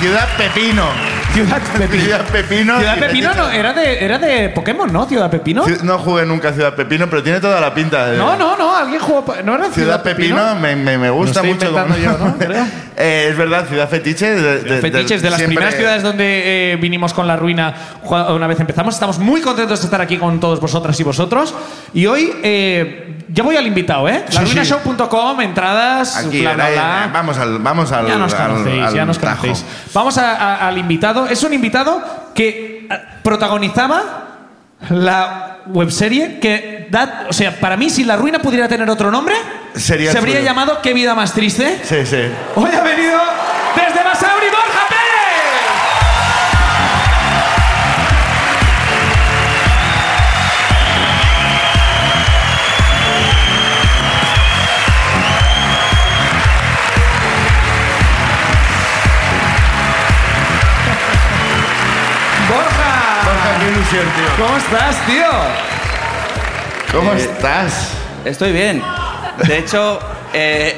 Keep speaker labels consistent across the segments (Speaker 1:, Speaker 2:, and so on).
Speaker 1: Ciudad Pepino.
Speaker 2: Ciudad Pepino.
Speaker 1: Ciudad Pepino.
Speaker 2: Ciudad
Speaker 1: y
Speaker 2: Pepino
Speaker 1: Pepito.
Speaker 2: no, era de, era de Pokémon, ¿no? Ciudad Pepino.
Speaker 1: Ci- No jugué nunca a Ciudad Pepino, pero tiene toda la pinta de.
Speaker 2: No, no, no, alguien jugó. pa- ¿No era
Speaker 1: Ciudad Pepino me, me- me gusta
Speaker 2: Lo estoy
Speaker 1: mucho. como-
Speaker 2: inventando yo, ¿no? Creo.
Speaker 1: Eh, es verdad, Ciudad Fetiche. de- de-
Speaker 2: Fetiches de las
Speaker 1: siempre-
Speaker 2: primeras ciudades donde eh, vinimos con la ruina ju- una vez empezamos. Estamos muy contentos de estar aquí con todos vosotras y vosotros. Y hoy eh, ya voy al invitado, ¿eh?
Speaker 1: Sí, sí.
Speaker 2: Laruinashow.com, entradas,
Speaker 1: Aquí,
Speaker 2: bla, bla,
Speaker 1: eh,
Speaker 2: bla.
Speaker 1: vamos al. Vamos al
Speaker 2: Ya nos
Speaker 1: al-
Speaker 2: conocéis,
Speaker 1: al
Speaker 2: ya nos
Speaker 1: tajo.
Speaker 2: conocéis. Vamos a- a- al invitado. Es un invitado que eh, protagonizaba la webserie que da. O sea, para mí, si la ruina pudiera tener otro nombre,
Speaker 1: Sería el
Speaker 2: se habría
Speaker 1: suyo.
Speaker 2: llamado Qué vida más triste.
Speaker 1: Sí, sí.
Speaker 2: Hoy ha venido desde Basauri Borja Pérez. Borja,
Speaker 1: Borja, qué ilusión, tío.
Speaker 2: ¿cómo estás, tío?
Speaker 1: ¿Cómo estás?
Speaker 3: Eh, Estoy bien. De hecho, eh,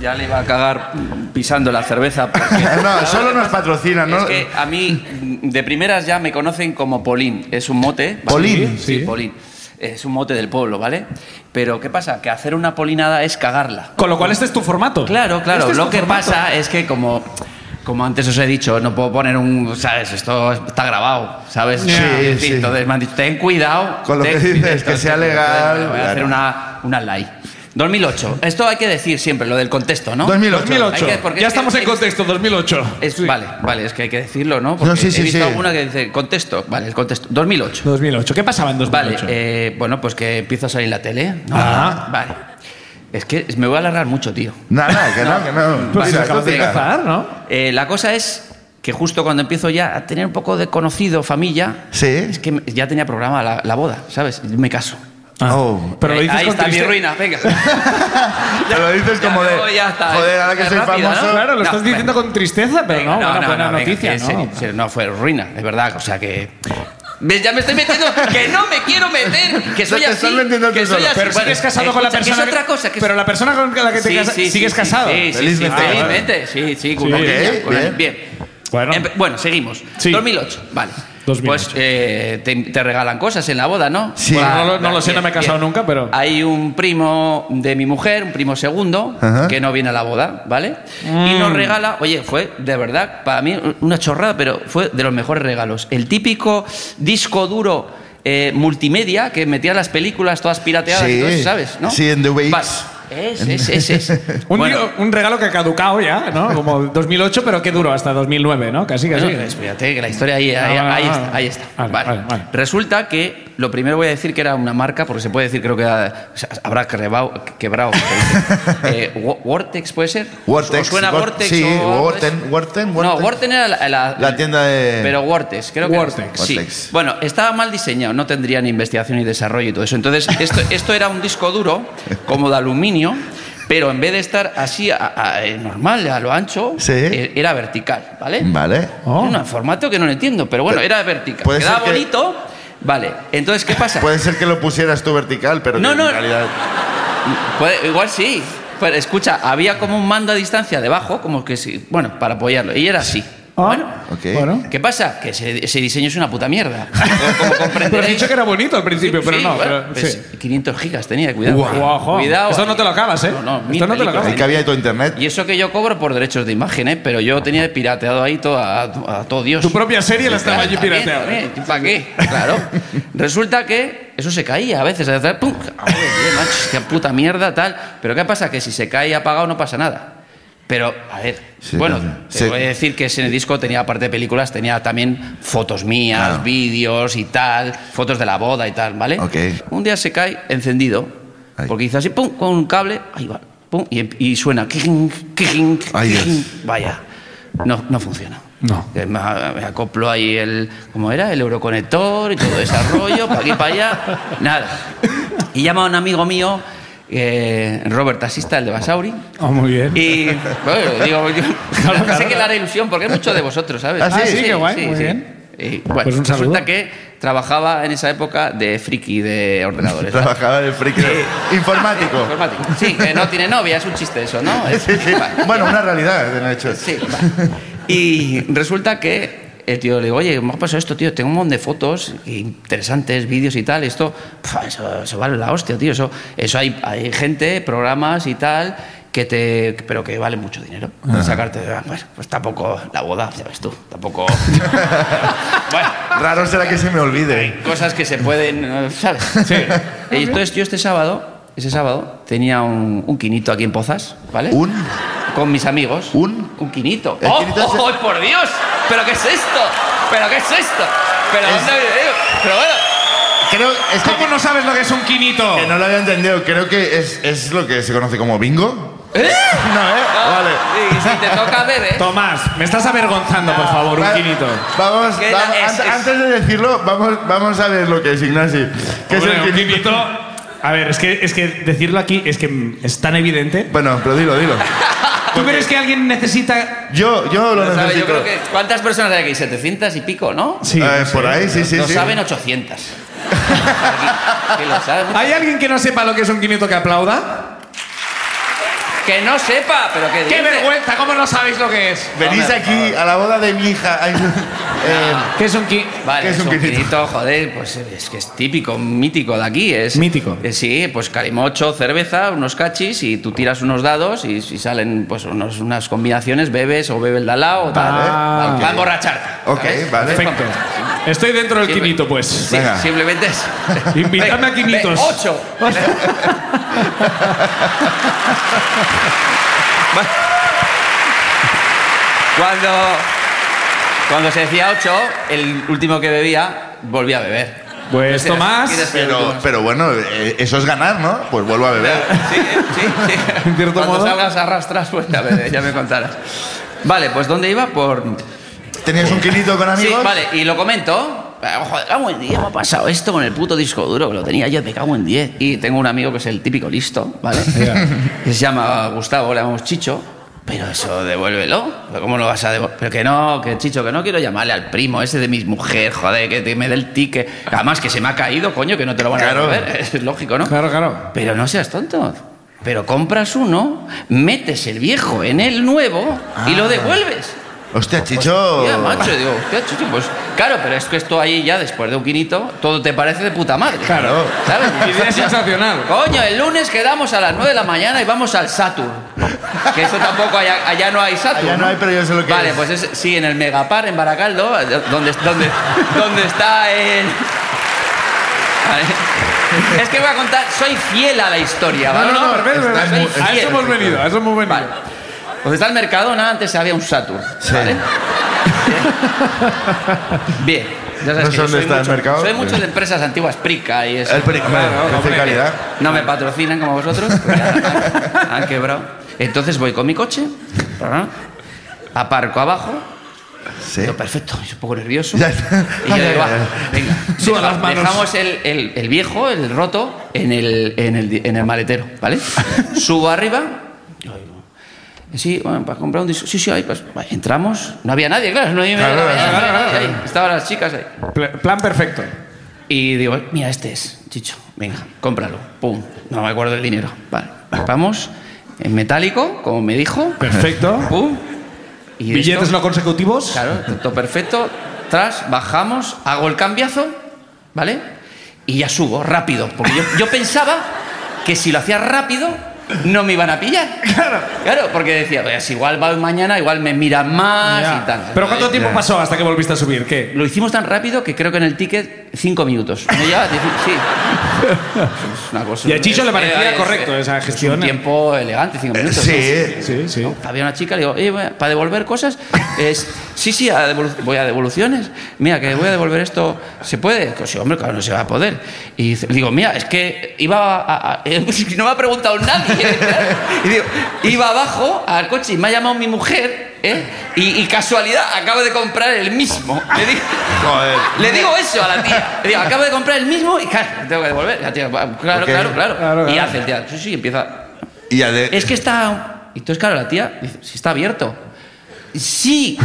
Speaker 3: ya le iba a cagar pisando la cerveza. porque-
Speaker 1: Eh, No, solo nos patrocinan, ¿no?
Speaker 3: Es que a mí, de primeras ya me conocen como Polín. Es un mote. ¿vale?
Speaker 1: Polín,
Speaker 3: Sí,
Speaker 2: sí.
Speaker 3: Polín. Es un mote del pueblo, ¿vale? Pero ¿qué pasa? Que hacer una polinada es cagarla.
Speaker 2: Con lo cual este es tu formato.
Speaker 3: Claro, claro.
Speaker 2: Este es
Speaker 3: lo
Speaker 2: tu
Speaker 3: que
Speaker 2: formato.
Speaker 3: pasa es que como, como antes os he dicho, no puedo poner un, ¿sabes? Esto está grabado, ¿sabes?
Speaker 1: Sí,
Speaker 3: En fin,
Speaker 1: sí.
Speaker 3: Entonces me han dicho, ten cuidado.
Speaker 1: Con lo
Speaker 3: ten
Speaker 1: que dices,
Speaker 3: cuidado".
Speaker 1: que sea
Speaker 3: Entonces,
Speaker 1: legal,
Speaker 3: Voy a hacer
Speaker 1: claro.
Speaker 3: una, una live. 2008. Esto hay que decir siempre, lo del contexto, ¿no?
Speaker 1: 2008.
Speaker 2: 2008.
Speaker 3: Hay que- porque
Speaker 2: ya
Speaker 3: es que-
Speaker 2: estamos en contexto, 2008.
Speaker 3: Es- Vale, vale, es que hay que decirlo, ¿no?
Speaker 1: No, sí, sí,
Speaker 3: he visto
Speaker 1: sí.
Speaker 3: alguna que dice contexto. Vale, el contexto. 2008.
Speaker 2: 2008. ¿Qué pasaba en 2008?
Speaker 3: Vale, eh, bueno, pues que empiezo a salir en la tele. ¿no?
Speaker 2: Ah.
Speaker 3: Vale. Es que me voy a alargar mucho, tío.
Speaker 1: Nada, que no, que no.
Speaker 2: Pues
Speaker 1: Mira,
Speaker 2: acabas
Speaker 1: tú
Speaker 2: de
Speaker 1: tira.
Speaker 2: empezar, ¿no?
Speaker 3: Eh, la cosa es que justo cuando empiezo ya a tener un poco de conocido, familia,
Speaker 1: Sí.
Speaker 3: es que me- ya tenía programa la, la boda, ¿sabes? Me caso. Ah.
Speaker 1: Oh.
Speaker 2: Pero lo
Speaker 3: Ahí-
Speaker 2: dices
Speaker 3: Ahí
Speaker 2: con
Speaker 3: está mi
Speaker 2: triste-
Speaker 3: ruina, venga.
Speaker 1: Te lo dices
Speaker 3: Ya
Speaker 1: como de.
Speaker 3: veo, ya está.
Speaker 1: Joder, ahora que
Speaker 3: eh, Es
Speaker 1: soy
Speaker 3: rápido,
Speaker 1: famoso.
Speaker 3: ¿no?
Speaker 2: Claro, lo
Speaker 3: No,
Speaker 2: estás diciendo
Speaker 3: venga.
Speaker 2: con tristeza, pero no,
Speaker 3: Venga,
Speaker 2: bueno, buena
Speaker 3: venga,
Speaker 2: noticia,
Speaker 3: en
Speaker 2: ¿no?
Speaker 3: serio, en serio, no fue ruina, es verdad. O sea que. ¿Ves? Ya me estoy metiendo. Que no me quiero meter. Que soy
Speaker 1: Te
Speaker 3: así.
Speaker 1: estás metiendo tú
Speaker 3: que soy
Speaker 1: solo.
Speaker 3: así.
Speaker 2: Pero
Speaker 3: Bueno, eh,
Speaker 2: sigues casado con la
Speaker 3: escucha,
Speaker 2: persona.
Speaker 3: Que es otra cosa. Que es-
Speaker 2: Pero la persona con la que te
Speaker 3: Sí,
Speaker 2: casas,
Speaker 3: sí, sí,
Speaker 2: sigues
Speaker 3: sí,
Speaker 2: casado.
Speaker 3: Sí, sí,
Speaker 1: Felizmente.
Speaker 3: sí, felizmente, sí, sí, con
Speaker 2: Sí.
Speaker 3: cariño,
Speaker 1: Ok,
Speaker 3: con
Speaker 1: bien.
Speaker 3: cariño. bien.
Speaker 2: Bueno.
Speaker 3: Empe- bueno, seguimos.
Speaker 2: Sí.
Speaker 3: 2008, vale.
Speaker 2: 2008.
Speaker 3: Pues eh, te, te regalan cosas en la boda, ¿no?
Speaker 1: Sí.
Speaker 2: Bueno,
Speaker 3: Va,
Speaker 2: no lo, no
Speaker 3: va,
Speaker 2: lo sé,
Speaker 3: bien,
Speaker 2: no me he casado
Speaker 3: bien.
Speaker 2: nunca, pero.
Speaker 3: Hay un primo de mi mujer, un primo segundo,
Speaker 1: Ajá.
Speaker 3: que no viene a la boda, ¿vale? Y
Speaker 2: Mm.
Speaker 4: Mm.
Speaker 3: nos regala, oye, fue de verdad, para mí una chorrada, pero fue de los mejores regalos. El típico disco duro eh, multimedia que metía las películas todas pirateadas,
Speaker 1: Sí.
Speaker 3: y todo eso, ¿sabes? ¿no?
Speaker 1: Sí, en DVX.
Speaker 3: Vale. Es, es, es, es.
Speaker 2: Un,
Speaker 3: Bueno,
Speaker 2: tío- un regalo que ha caducado ya, ¿no? Como 2008, pero que duró hasta 2009, ¿no? Casi, casi.
Speaker 3: Bueno, espérate, que la historia ahí, ahí,
Speaker 2: Ah,
Speaker 3: ahí
Speaker 2: ah,
Speaker 3: está. Ahí está.
Speaker 2: vale,
Speaker 3: Vale.
Speaker 2: vale, vale.
Speaker 3: Resulta que lo primero voy a decir que era una marca, porque se puede decir, creo que era- o sea, habrá quebrado. quebrado se dice. Eh, Wo- Vortex, ¿puede ser?
Speaker 1: Vortex.
Speaker 3: ¿Os suena
Speaker 1: Vor-
Speaker 3: Vortex?
Speaker 1: Sí,
Speaker 3: o algo
Speaker 1: Worten.
Speaker 3: de eso?
Speaker 1: Worten.
Speaker 3: No,
Speaker 1: Worten.
Speaker 3: Worten era la,
Speaker 2: Ah,
Speaker 3: la-
Speaker 1: La tienda de-
Speaker 3: Pero Vortex, creo que.
Speaker 2: Vortex.
Speaker 3: Sí.
Speaker 1: Vortex.
Speaker 3: Bueno, estaba mal diseñado, no tendría ni investigación y desarrollo y todo eso. Entonces, esto, esto era un disco duro, como de aluminio. Pero en vez de estar así, a- a- eh, normal, a lo ancho,
Speaker 1: Sí.
Speaker 3: eh, era vertical, ¿vale?
Speaker 1: Vale.
Speaker 2: Oh.
Speaker 3: Era un formato que no lo entiendo, pero bueno, era vertical.
Speaker 1: puede
Speaker 3: Quedaba
Speaker 1: ser que-
Speaker 3: bonito. Vale, entonces, ¿qué pasa?
Speaker 1: Puede ser que lo pusieras tú vertical, pero
Speaker 3: No,
Speaker 1: que
Speaker 3: no.
Speaker 1: en realidad.
Speaker 3: Puede- igual sí. Pero escucha, había como un mando a distancia debajo, como que sí. Bueno, para apoyarlo. Y era así.
Speaker 2: Ah,
Speaker 3: Bueno,
Speaker 1: Ok.
Speaker 2: Bueno.
Speaker 3: ¿qué pasa? Que ese, ese diseño es una puta mierda. Como
Speaker 2: Pero has
Speaker 3: comprenderéis.
Speaker 2: dicho que era bonito al principio, pero
Speaker 3: Sí,
Speaker 2: no.
Speaker 3: bueno,
Speaker 2: pero-
Speaker 3: pues,
Speaker 2: sí.
Speaker 3: 500 gigas tenía, cuidado. eh.
Speaker 2: Guau. Guau, jo.
Speaker 3: cuidado.
Speaker 2: Esto no te lo acabas, ¿eh?
Speaker 3: No, no,
Speaker 2: Esto
Speaker 3: mil
Speaker 2: no te lo
Speaker 3: películas.
Speaker 2: acabas.
Speaker 1: Ahí cabía todo internet.
Speaker 3: Y eso que yo cobro por derechos de imagen, ¿eh? Pero yo tenía pirateado ahí todo a, a todo Dios.
Speaker 2: Tu propia serie la estaba allí pirateada.
Speaker 3: ¿eh? ¿Para qué? Claro. Resulta que eso se caía a veces. A veces ¡pum! ¡Joder, tío, macho! ¡Qué puta mierda, tal! Pero ¿qué pasa? Que si se cae apagado no pasa nada. Pero, a ver,
Speaker 1: Sí,
Speaker 3: bueno,
Speaker 1: claro.
Speaker 3: te
Speaker 1: Se-
Speaker 3: voy a decir que ese disco tenía, aparte de películas, tenía también fotos mías,
Speaker 1: Claro.
Speaker 3: vídeos y tal, fotos de la boda y tal, ¿vale?
Speaker 1: Ok.
Speaker 3: Un día se cae encendido,
Speaker 1: Ay.
Speaker 3: porque hizo así, pum, con un cable, ahí va, pum, y, em, y suena, kijing, kijing,
Speaker 1: Ay, Dios.
Speaker 3: kijing. vaya, no, no funciona.
Speaker 2: No.
Speaker 3: Eh, Me, me acoplo ahí el, ¿cómo era? El euroconector y todo ese rollo, para aquí, para allá, nada. Y llama a un amigo mío, eh, Robert Taxista, el de Basauri,
Speaker 2: Oh, muy bien.
Speaker 3: y bueno, digo, yo sé que le hará ilusión porque es mucho de vosotros, ¿sabes?
Speaker 1: Ah, sí. Ah, sí,
Speaker 2: qué guay, muy bien.
Speaker 3: Y, bueno,
Speaker 2: Pues un saludo.
Speaker 3: resulta que trabajaba en esa época de friki de ordenadores. ¿no?
Speaker 1: Trabajaba de friki. Informático.
Speaker 3: Informático. Sí, que no tiene novia, es un chiste eso, ¿no? Es-
Speaker 1: Sí, sí.
Speaker 3: Vale.
Speaker 1: Bueno, una realidad, de hecho.
Speaker 3: Sí, vale. Y resulta que el tío le digo, oye, me ha pasado esto, tío, tengo un montón de fotos interesantes, vídeos y tal, esto, pf, eso, eso vale la hostia, tío, eso, eso hay, hay gente, programas y tal, que te, pero que vale mucho dinero. Sacarte, ah, pues, pues tampoco la boda, ya ves tú, tampoco... bueno,
Speaker 1: Raro será que se me olvide.
Speaker 3: cosas que se pueden, eh, ¿sabes? Y entonces yo este sábado, ese sábado, tenía un, un quinito aquí en Pozas, ¿vale?
Speaker 1: Un.
Speaker 3: Con mis amigos.
Speaker 1: ¿Un?
Speaker 3: Un quinito.
Speaker 1: El
Speaker 3: ¡Oh,
Speaker 1: quinito es-
Speaker 3: oh, oh, por Dios! ¿Pero qué es esto? ¿Pero qué es esto? ¿Pero
Speaker 1: Es-
Speaker 3: dónde ha venido? Pero bueno.
Speaker 1: Creo. Es que,
Speaker 2: ¿Cómo no sabes lo que es un quinito?
Speaker 1: que no lo había entendido. Creo que es, es lo que se conoce como bingo.
Speaker 3: ¿Eh?
Speaker 1: No, ¿eh? Vale.
Speaker 3: Y si te toca bebé.
Speaker 2: Tomás, me estás avergonzando, por favor, un
Speaker 1: Va-
Speaker 2: quinito.
Speaker 1: Vamos,
Speaker 3: Que
Speaker 1: vamos-
Speaker 3: la- es-
Speaker 1: ante-
Speaker 3: es-
Speaker 1: antes de decirlo, vamos, vamos a ver lo que es Ignasi. ¿Qué es
Speaker 2: Hombre,
Speaker 1: el
Speaker 2: un
Speaker 1: quinito?
Speaker 2: quinito. A ver, es que, es que decirlo aquí es que mm, es tan evidente.
Speaker 1: Bueno, pero dilo, dilo.
Speaker 2: ¿Tú crees que alguien necesita.?
Speaker 1: Yo, yo lo
Speaker 3: Pero, ¿sabes? Yo
Speaker 1: necesito.
Speaker 3: creo que. ¿Cuántas personas hay aquí? 700 y pico, ¿no?
Speaker 2: Sí.
Speaker 1: Eh, por ahí, sí, sí,
Speaker 3: Lo
Speaker 1: sí.
Speaker 3: saben 800. Aquí, que lo saben.
Speaker 2: ¿Hay alguien que no sepa lo que es un quinito que aplauda?
Speaker 3: Que no sepa, pero que.
Speaker 2: ¡Qué
Speaker 3: dice.
Speaker 2: vergüenza! ¿Cómo no sabéis lo que es?
Speaker 1: Venís aquí a la boda de mi hija. Ay, eh,
Speaker 2: ¿Qué es un quinito?
Speaker 3: Vale,
Speaker 1: ¿Qué
Speaker 3: es un quinito? joder, pues es que es típico, mítico de aquí. Es,
Speaker 2: Mítico.
Speaker 3: Eh, sí, pues calimocho, cerveza, unos cachis y tú tiras unos dados y si salen pues unos- unas combinaciones, bebes o bebe el dalao o tal. ¿eh?
Speaker 2: Vale,
Speaker 3: Para
Speaker 2: ok.
Speaker 3: emborracharte.
Speaker 1: Ok,
Speaker 3: ¿sabes?
Speaker 1: vale.
Speaker 2: Perfecto. Estoy dentro del
Speaker 3: Sí,
Speaker 2: quinito, pues.
Speaker 3: Sí,
Speaker 1: Venga.
Speaker 3: simplemente es...
Speaker 2: Invitadme
Speaker 3: Venga,
Speaker 2: a quinitos.
Speaker 3: ve- ¡Ocho! Cuando, cuando se decía ocho, el último que bebía volvía a beber.
Speaker 2: Pues,
Speaker 3: sé,
Speaker 2: Tomás,
Speaker 3: ¿quieres ser el
Speaker 1: pero,
Speaker 3: último?
Speaker 1: pero bueno, eh, eso es ganar, ¿no? Pues vuelvo a beber.
Speaker 3: Sí, sí, sí.
Speaker 2: En cierto
Speaker 3: Cuando
Speaker 2: modo.
Speaker 3: salgas arrastras, pues ya me, ya me contarás. Vale, pues ¿dónde iba? Por...
Speaker 1: ¿Tenías un quinito con amigos?
Speaker 3: Sí, vale, y lo comento. Ah, Joder, cago en 10, me ha pasado esto con el puto disco duro, que lo tenía yo, me cago en 10. Y tengo un amigo que es el típico listo, ¿vale? Que se llama Gustavo, le llamamos Chicho. Pero eso, devuélvelo. ¿Pero ¿Cómo lo vas a devolver? Pero que no, que Chicho, que no quiero llamarle al primo ese de mi mujer, joder, que te- me dé el ticket. Además, que se me ha caído, coño, que no te lo van a
Speaker 1: Claro.
Speaker 3: devolver. Es lógico, ¿no?
Speaker 2: Claro, claro.
Speaker 3: Pero no seas tonto. Pero compras uno, metes el viejo en el nuevo y
Speaker 5: Ah.
Speaker 2: Ah.
Speaker 3: lo devuelves.
Speaker 1: Hostia, Chicho.
Speaker 3: Ya, macho, digo, Pues, hostia, chichi, pues claro, pero es que esto ahí ya después de un quinito, todo te parece de puta madre.
Speaker 1: Claro.
Speaker 3: ¿Sabes?
Speaker 2: Idea sensacional.
Speaker 3: Coño, el lunes quedamos a las 9 de la mañana y vamos al Saturn. Que eso tampoco, allá, allá no hay Saturn.
Speaker 1: Allá no hay, pero yo sé lo que
Speaker 3: Vale,
Speaker 1: es.
Speaker 3: pues es- sí, en el Megapar, en Baracaldo, donde, donde, donde está el... Vale. Es que voy a contar, soy fiel a la historia, ¿vale?
Speaker 1: no, no,
Speaker 2: ven, ven,
Speaker 1: estás
Speaker 2: ven.
Speaker 1: muy-
Speaker 2: A eso hemos venido, a eso hemos venido.
Speaker 3: Vale. Donde Pues está el Mercadona, antes había un Saturn.
Speaker 1: Sí.
Speaker 3: ¿vale? Bien. Ya sabes
Speaker 1: No
Speaker 3: que
Speaker 1: sé
Speaker 3: yo
Speaker 1: dónde
Speaker 3: soy
Speaker 1: está el
Speaker 3: mucho-
Speaker 1: mercado,
Speaker 3: Soy
Speaker 1: pero-
Speaker 3: mucho de empresas antiguas, Prica y eso. Ah,
Speaker 1: El pri-
Speaker 2: Claro,
Speaker 1: Precio y
Speaker 2: hombre.
Speaker 1: calidad.
Speaker 3: No me patrocinan como vosotros. pues ya, han- han quebrado. Entonces voy con mi coche, ¿verdad? aparco abajo.
Speaker 1: Sí.
Speaker 3: Yo, perfecto, yo un poco nervioso.
Speaker 1: Ya.
Speaker 3: Y yo
Speaker 1: Ay,
Speaker 3: digo, "Ah,
Speaker 1: ay,
Speaker 3: "Va,
Speaker 1: ay.
Speaker 3: venga,
Speaker 2: Suba
Speaker 3: deja-
Speaker 2: las manos.
Speaker 3: dejamos el, el- el viejo, el roto, en el, en el, en el maletero, ¿vale? Subo arriba. Sí, bueno, para comprar un disco. Sí, sí, ahí, pues, va, entramos. No había nadie, claro, no había
Speaker 1: Claro,
Speaker 3: nadie,
Speaker 1: claro,
Speaker 3: nadie,
Speaker 2: claro,
Speaker 3: nadie ahí. Estaban las chicas ahí.
Speaker 2: Pla- Plan perfecto.
Speaker 3: Y digo, mira, este es, Chicho, venga, cómpralo. Pum, no me acuerdo el dinero. Vale, vamos, en metálico, como me dijo.
Speaker 2: Perfecto.
Speaker 3: Pum. Y
Speaker 2: Billetes
Speaker 3: esto-
Speaker 2: no consecutivos.
Speaker 3: Claro, todo perfecto. Tras, bajamos, hago el cambiazo, ¿vale? Y ya subo, rápido. Porque yo, yo pensaba que si lo hacía rápido, no me iban a pillar. Claro. Claro, porque decía, pues igual va mañana, igual me miran más
Speaker 2: Ya.
Speaker 3: y tal.
Speaker 2: Pero ¿cuánto tiempo
Speaker 1: Ya.
Speaker 2: pasó hasta que volviste a subir? ¿Qué?
Speaker 3: Lo hicimos tan rápido que creo que en el ticket cinco minutos. No llegaba a decir, sí. Es una cosa-
Speaker 2: Y a Chicho le
Speaker 3: Pues es-
Speaker 2: parecía
Speaker 3: es-
Speaker 2: correcto esa
Speaker 3: es
Speaker 2: gestión. ¿eh?
Speaker 3: Un tiempo elegante, cinco minutos.
Speaker 1: Eh, Sí.
Speaker 2: Sí, sí.
Speaker 3: Había una chica, le digo, "Oye, voy a- para devolver cosas, es, sí, sí, a devolu- voy a devoluciones. Mira, que voy a devolver esto, ¿se puede? Pues sí, hombre, claro, no se va a poder. Y dice- digo, mira, es que iba a, a- No me ha preguntado nadie. Y digo, iba abajo al coche y me ha llamado mi mujer, ¿eh? Y, y casualidad, acabo de comprar el mismo. Le digo,
Speaker 1: Joder.
Speaker 3: le digo eso a la tía. Le digo, acabo de comprar el mismo y claro, tengo que devolver. La tía, claro, claro,
Speaker 1: Ok.
Speaker 3: claro,
Speaker 2: Claro,
Speaker 3: Y
Speaker 2: claro.
Speaker 3: hace el tía, sí, sí, y empieza.
Speaker 1: Y ya de-
Speaker 3: Es que está. Y entonces, claro, la tía dice, si está abierto. Sí,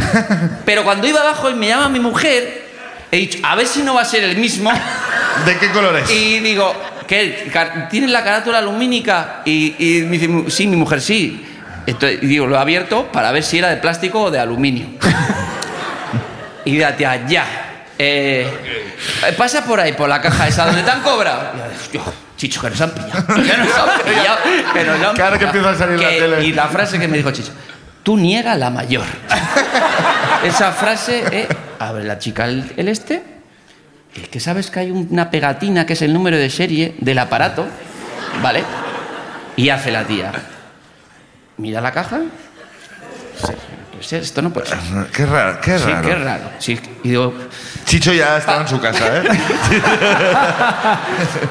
Speaker 3: pero cuando iba abajo y me llama mi mujer, he dicho, a ver si no va a ser el mismo.
Speaker 1: ¿De qué colores?
Speaker 3: Y digo, ¿qué? Car- ¿Tienes la carátula lumínica? Y, y me dice, sí, mi mujer, sí. Entonces, digo, lo he abierto para ver si era de plástico o de aluminio. y la tía, ya. eh, eh, pasa por ahí, por la caja esa donde te han cobrado. Y yo, "Hostia, Chicho, que nos han pillado. Que nos han pillado. Que nos han
Speaker 1: Claro que
Speaker 3: pillado".
Speaker 1: empieza a salir la
Speaker 3: Que-
Speaker 1: tele.
Speaker 3: Y la frase que me dijo Chicho, tú niega la mayor. Esa frase, eh, abre la chica el, el este. Es que sabes que hay una pegatina que es el número de serie del aparato, ¿vale? Y hace la tía. Mira la caja. Sí, puede ser, Esto no puede ser.
Speaker 1: Qué raro, qué
Speaker 3: Sí,
Speaker 1: raro.
Speaker 3: qué raro. Sí, y digo,
Speaker 1: Chicho ya estaba en su casa, ¿eh?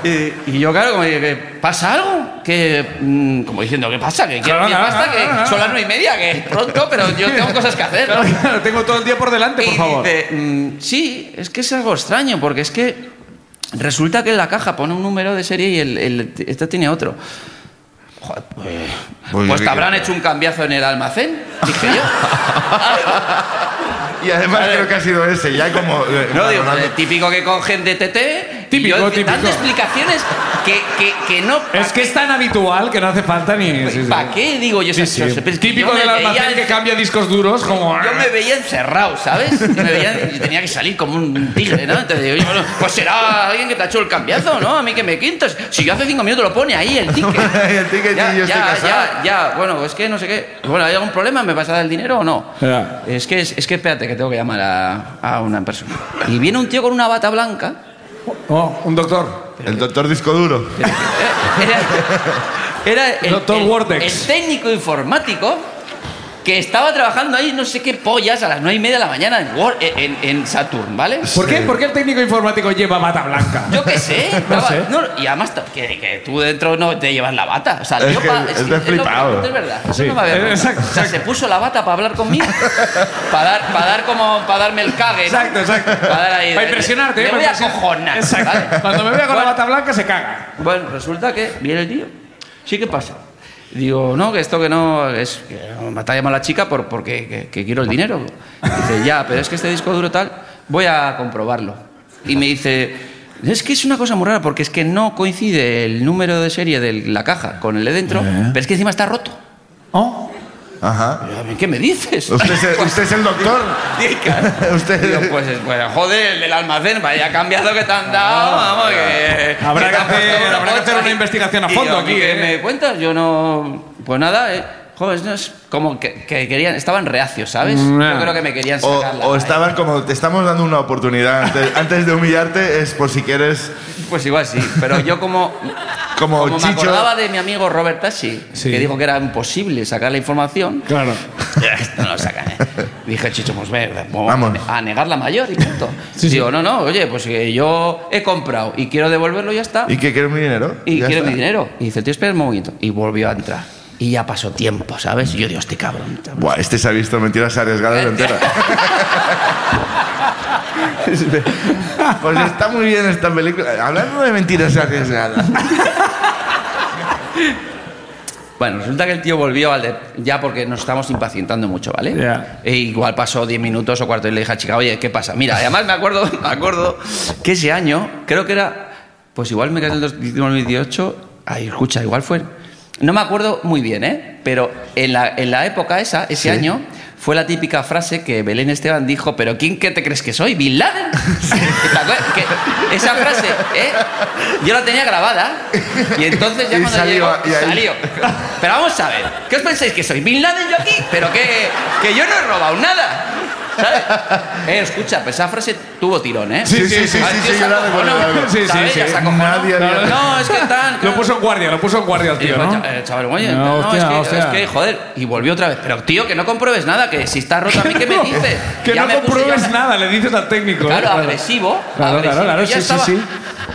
Speaker 3: Eh, y yo, claro, como que pasa algo, que mm, como diciendo, ¿qué pasa? Que quiero
Speaker 2: Claro,
Speaker 3: mi
Speaker 2: claro,
Speaker 3: pasta,
Speaker 2: claro,
Speaker 3: que
Speaker 2: claro.
Speaker 3: son las nueve y media, que es pronto, pero yo tengo cosas que hacer. ¿no?
Speaker 2: Lo tengo todo el día por delante, por
Speaker 3: Y
Speaker 2: favor.
Speaker 3: dice, mm, sí, es que es algo extraño, porque es que resulta que en la caja pone un número de serie y el, el- este tiene otro. Joder, pues,
Speaker 1: Pues
Speaker 3: pues
Speaker 1: yo
Speaker 3: te
Speaker 1: qué
Speaker 3: habrán
Speaker 1: creo.
Speaker 3: hecho un cambiazo en el almacén, dije yo.
Speaker 1: Y además creo que ha sido ese, ya como... eh,
Speaker 3: No, digo,
Speaker 1: valorando.
Speaker 3: eh, típico que con gente TT. y
Speaker 2: Típico,
Speaker 3: yo
Speaker 2: típico.
Speaker 3: Dando explicaciones que, que, que no.
Speaker 2: Es que es tan habitual que no hace falta ni. sí, sí.
Speaker 3: ¿Para qué digo yo
Speaker 2: Sí,
Speaker 3: esas
Speaker 2: sí.
Speaker 3: cosas? Pero es que
Speaker 2: Típico
Speaker 3: yo me
Speaker 2: del
Speaker 3: veía
Speaker 2: almacén que
Speaker 3: encer-
Speaker 2: cambia discos duros, como.
Speaker 3: Yo me veía encerrado, ¿sabes? Yo me veía- yo tenía que salir como un tigre, ¿no? Entonces digo, yo, bueno, pues será alguien que te ha hecho el cambiazo, ¿no? A mí que me quintas. Si yo hace cinco minutos lo pone ahí el ticket.
Speaker 1: El ticket,
Speaker 3: ya,
Speaker 1: sí, yo estoy
Speaker 3: ya,
Speaker 1: casado.
Speaker 3: ya, ya. Bueno, es que no sé qué. Bueno, ¿hay algún problema? ¿Me vas a dar el dinero o no?
Speaker 2: Ya.
Speaker 3: Es que, es, que espérate, que tengo que llamar a, a una persona. Y viene un tío con una bata blanca.
Speaker 2: Oh, un doctor.
Speaker 1: El doctor disco duro.
Speaker 3: Era, era el,
Speaker 2: Doctor
Speaker 3: el-
Speaker 2: Wordex.
Speaker 3: el técnico informático que estaba trabajando ahí no sé qué pollas a las 9 y media de la mañana en, Word- en, en Saturn, ¿vale?
Speaker 2: "Ah, ¿Por qué? ¿Por qué el técnico informático lleva bata blanca?
Speaker 3: Yo qué sé,
Speaker 2: No
Speaker 3: Eh, estaba-
Speaker 2: sé.
Speaker 3: no, y además to- que, que tú dentro no te llevas la bata. O sea,
Speaker 1: Es
Speaker 3: yo
Speaker 1: que
Speaker 3: pa-
Speaker 1: es de
Speaker 3: lo-
Speaker 1: flipado.
Speaker 3: Es verdad, eso
Speaker 2: Sí.
Speaker 3: no me había
Speaker 2: Eh,
Speaker 3: pasado.
Speaker 2: exacto,
Speaker 3: O sea, se puso la bata para hablar conmigo, para dar, para dar como, para darme el cague. ¿no?
Speaker 2: Exacto, exacto.
Speaker 3: Para dar ahí-
Speaker 2: Para impresionarte,
Speaker 3: le
Speaker 2: ¿eh?
Speaker 3: voy
Speaker 2: Para
Speaker 3: a
Speaker 2: impresionar-
Speaker 3: cojonar.
Speaker 2: Exacto. Cuando me vea con la bata blanca se caga.
Speaker 3: Bueno, resulta que viene el tío. Sí, ¿qué pasa? Digo, no, que esto que no es. Que no, me está llamando la chica por, porque que, que quiero el dinero. Dice, ya, pero es que este disco duro tal, voy a comprobarlo. Y me dice, es que es una cosa muy rara porque es que no coincide el número de serie de la caja con el de dentro, pero es que encima está roto.
Speaker 2: Oh.
Speaker 1: Eh. Ajá.
Speaker 3: Yo, ¿Qué me dices?
Speaker 1: Usted es el, usted es el doctor. Usted-
Speaker 3: Digo, pues, es- pues, joder, el del almacén, vaya cambiado que te han dado, eh, vamos, que...
Speaker 2: Ah, Habrá que
Speaker 3: te han
Speaker 2: hacer-
Speaker 3: pasado
Speaker 2: habrá que
Speaker 3: pocha
Speaker 2: hacer una
Speaker 3: aquí.
Speaker 2: investigación a
Speaker 3: Y
Speaker 2: fondo
Speaker 3: yo,
Speaker 2: aquí,
Speaker 3: ¿qué
Speaker 2: ¿eh?
Speaker 3: me cuentas? Yo no... Pues nada, eh. Joder, no es como que, que querían... Estaban reacios, ¿sabes?
Speaker 2: Mm, Ya.
Speaker 3: Yo creo que me querían
Speaker 1: O,
Speaker 3: sacar la-
Speaker 1: o estaban como, te estamos dando una oportunidad. Antes, antes de humillarte es por si quieres,
Speaker 3: Pues igual sí, pero yo como...
Speaker 1: como,
Speaker 3: Como me
Speaker 1: Chicho...
Speaker 3: acordaba de mi amigo Robert Tassi,
Speaker 2: Sí.
Speaker 3: que dijo que era imposible sacar la información,
Speaker 2: Claro.
Speaker 3: Esto no lo sacan, ¿eh? Dije, Chicho, pues ve, vamos
Speaker 1: Vamos.
Speaker 3: a negar la mayor y punto.
Speaker 2: Sí, sí.
Speaker 3: Digo, no, no, oye, pues que yo he comprado y quiero devolverlo, ya está.
Speaker 1: ¿Y que quieres mi dinero?
Speaker 3: Y
Speaker 1: Ya
Speaker 3: quiero
Speaker 1: está.
Speaker 3: mi dinero. Y dice, tío, espera un momento. Y volvió a entrar. Y ya pasó tiempo, ¿sabes? Y yo digo, este cabrón.
Speaker 1: Buah, este se ha visto mentiras arriesgadas enteras. pues está muy bien esta película. Hablando de mentiras arriesgadas.
Speaker 3: Bueno, resulta que el tío volvió al de- ya porque nos estamos impacientando mucho, ¿vale?
Speaker 2: Ya.
Speaker 3: E igual pasó 10 minutos o cuarto y le dije a chica, oye, ¿qué pasa? Mira, además me acuerdo, me acuerdo que ese año, creo que era, pues igual me quedé en el 2018, ay, escucha, igual fue, no me acuerdo muy bien, ¿eh? Pero en la, en la época esa, ese año, fue la típica frase que Belén Esteban dijo, pero ¿quién que te crees que soy? ¿Bin Laden? ¿Te acuerdas? Que esa frase, ¿eh? Yo la tenía grabada y entonces ya
Speaker 1: Y
Speaker 3: cuando
Speaker 1: salió,
Speaker 3: llegó,
Speaker 1: y ahí-
Speaker 3: salió. Pero vamos a ver, ¿qué os pensáis que soy? ¿Bin Laden yo aquí? Pero que, que yo no he robado nada. ¿Sabes? Eh, escucha, pues esa frase tuvo tirón, ¿eh?
Speaker 1: Sí, sí, sí, sí,
Speaker 3: Al tío
Speaker 1: sí,
Speaker 3: se
Speaker 1: yo la
Speaker 3: acojonó,
Speaker 1: recuerdo,
Speaker 2: la recuerdo. Sí,
Speaker 3: ¿sabes?
Speaker 2: sí,
Speaker 3: Ya se
Speaker 2: sí.
Speaker 3: acojonó.
Speaker 1: Nadie había-
Speaker 3: No, es que tal.
Speaker 2: Lo puso en guardia, lo puso en guardia el
Speaker 3: Y
Speaker 2: tío,
Speaker 3: dijo,
Speaker 2: ¿no?
Speaker 3: "Cha- eh, chaval, oye,
Speaker 2: No,
Speaker 3: no,
Speaker 2: hostia,
Speaker 3: es, que,
Speaker 2: hostia.
Speaker 3: es que, joder, y volvió otra vez. Pero tío, que no compruebes nada, que si está roto a mí, ¿qué me dices?
Speaker 2: que
Speaker 3: Ya
Speaker 2: no
Speaker 3: me puse yo
Speaker 2: compruebes
Speaker 3: la-
Speaker 2: nada, le dices al técnico. ¿eh?
Speaker 3: Claro, agresivo.
Speaker 2: Claro,
Speaker 3: agresivo.
Speaker 2: claro, claro,
Speaker 3: Yo
Speaker 2: sí, sí,
Speaker 3: ya estaba-
Speaker 2: sí.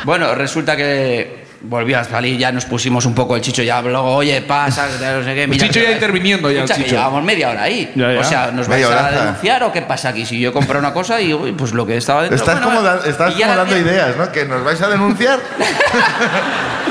Speaker 3: Bueno, resulta que volvió a salir, ya nos pusimos un poco el chicho, ya habló, oye, pasa, que tal, no sé qué. mira,
Speaker 2: Chicho
Speaker 3: que-
Speaker 2: ya interviniendo, ya el
Speaker 3: Escucha, que
Speaker 2: Chicho.
Speaker 3: Llevamos media hora ahí.
Speaker 2: Ya, ya.
Speaker 3: O sea, ¿nos vais
Speaker 1: Media
Speaker 3: a
Speaker 1: horaza.
Speaker 3: denunciar o qué pasa aquí? Si yo compré una cosa y uy, pues lo que estaba dentro...
Speaker 1: Estás
Speaker 3: bueno,
Speaker 1: como,
Speaker 3: bueno.
Speaker 1: da- estás
Speaker 3: Y ya
Speaker 1: como
Speaker 3: la
Speaker 1: dando
Speaker 3: tía-
Speaker 1: ideas, ¿no? Que nos vais a denunciar.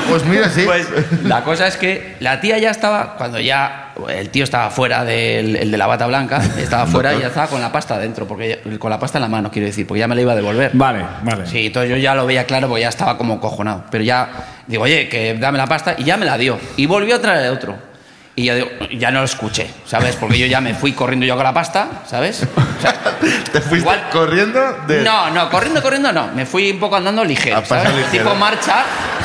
Speaker 1: pues mira, sí.
Speaker 3: Pues la cosa es que la tía ya estaba, cuando ya el tío estaba fuera del el de la bata blanca, estaba fuera y ya estaba con la pasta dentro, porque ya- con la pasta en la mano, quiero decir, porque ya me la iba a devolver.
Speaker 2: Vale, vale.
Speaker 3: Sí, entonces yo ya lo veía claro porque ya estaba como cojonado. Pero ya digo, oye, que dame la pasta y ya me la dio. Y volvió a traer otro. Y yo digo, ya no lo escuché, ¿sabes? Porque yo ya me fui corriendo yo con la pasta, ¿sabes? O sea,
Speaker 1: ¿Te fuiste
Speaker 3: Igual-
Speaker 1: corriendo? De...
Speaker 3: no, no, corriendo, corriendo no. Me fui un poco andando ligero,
Speaker 1: A pasar
Speaker 3: ¿sabes?
Speaker 1: ligero.
Speaker 3: Tipo marcha,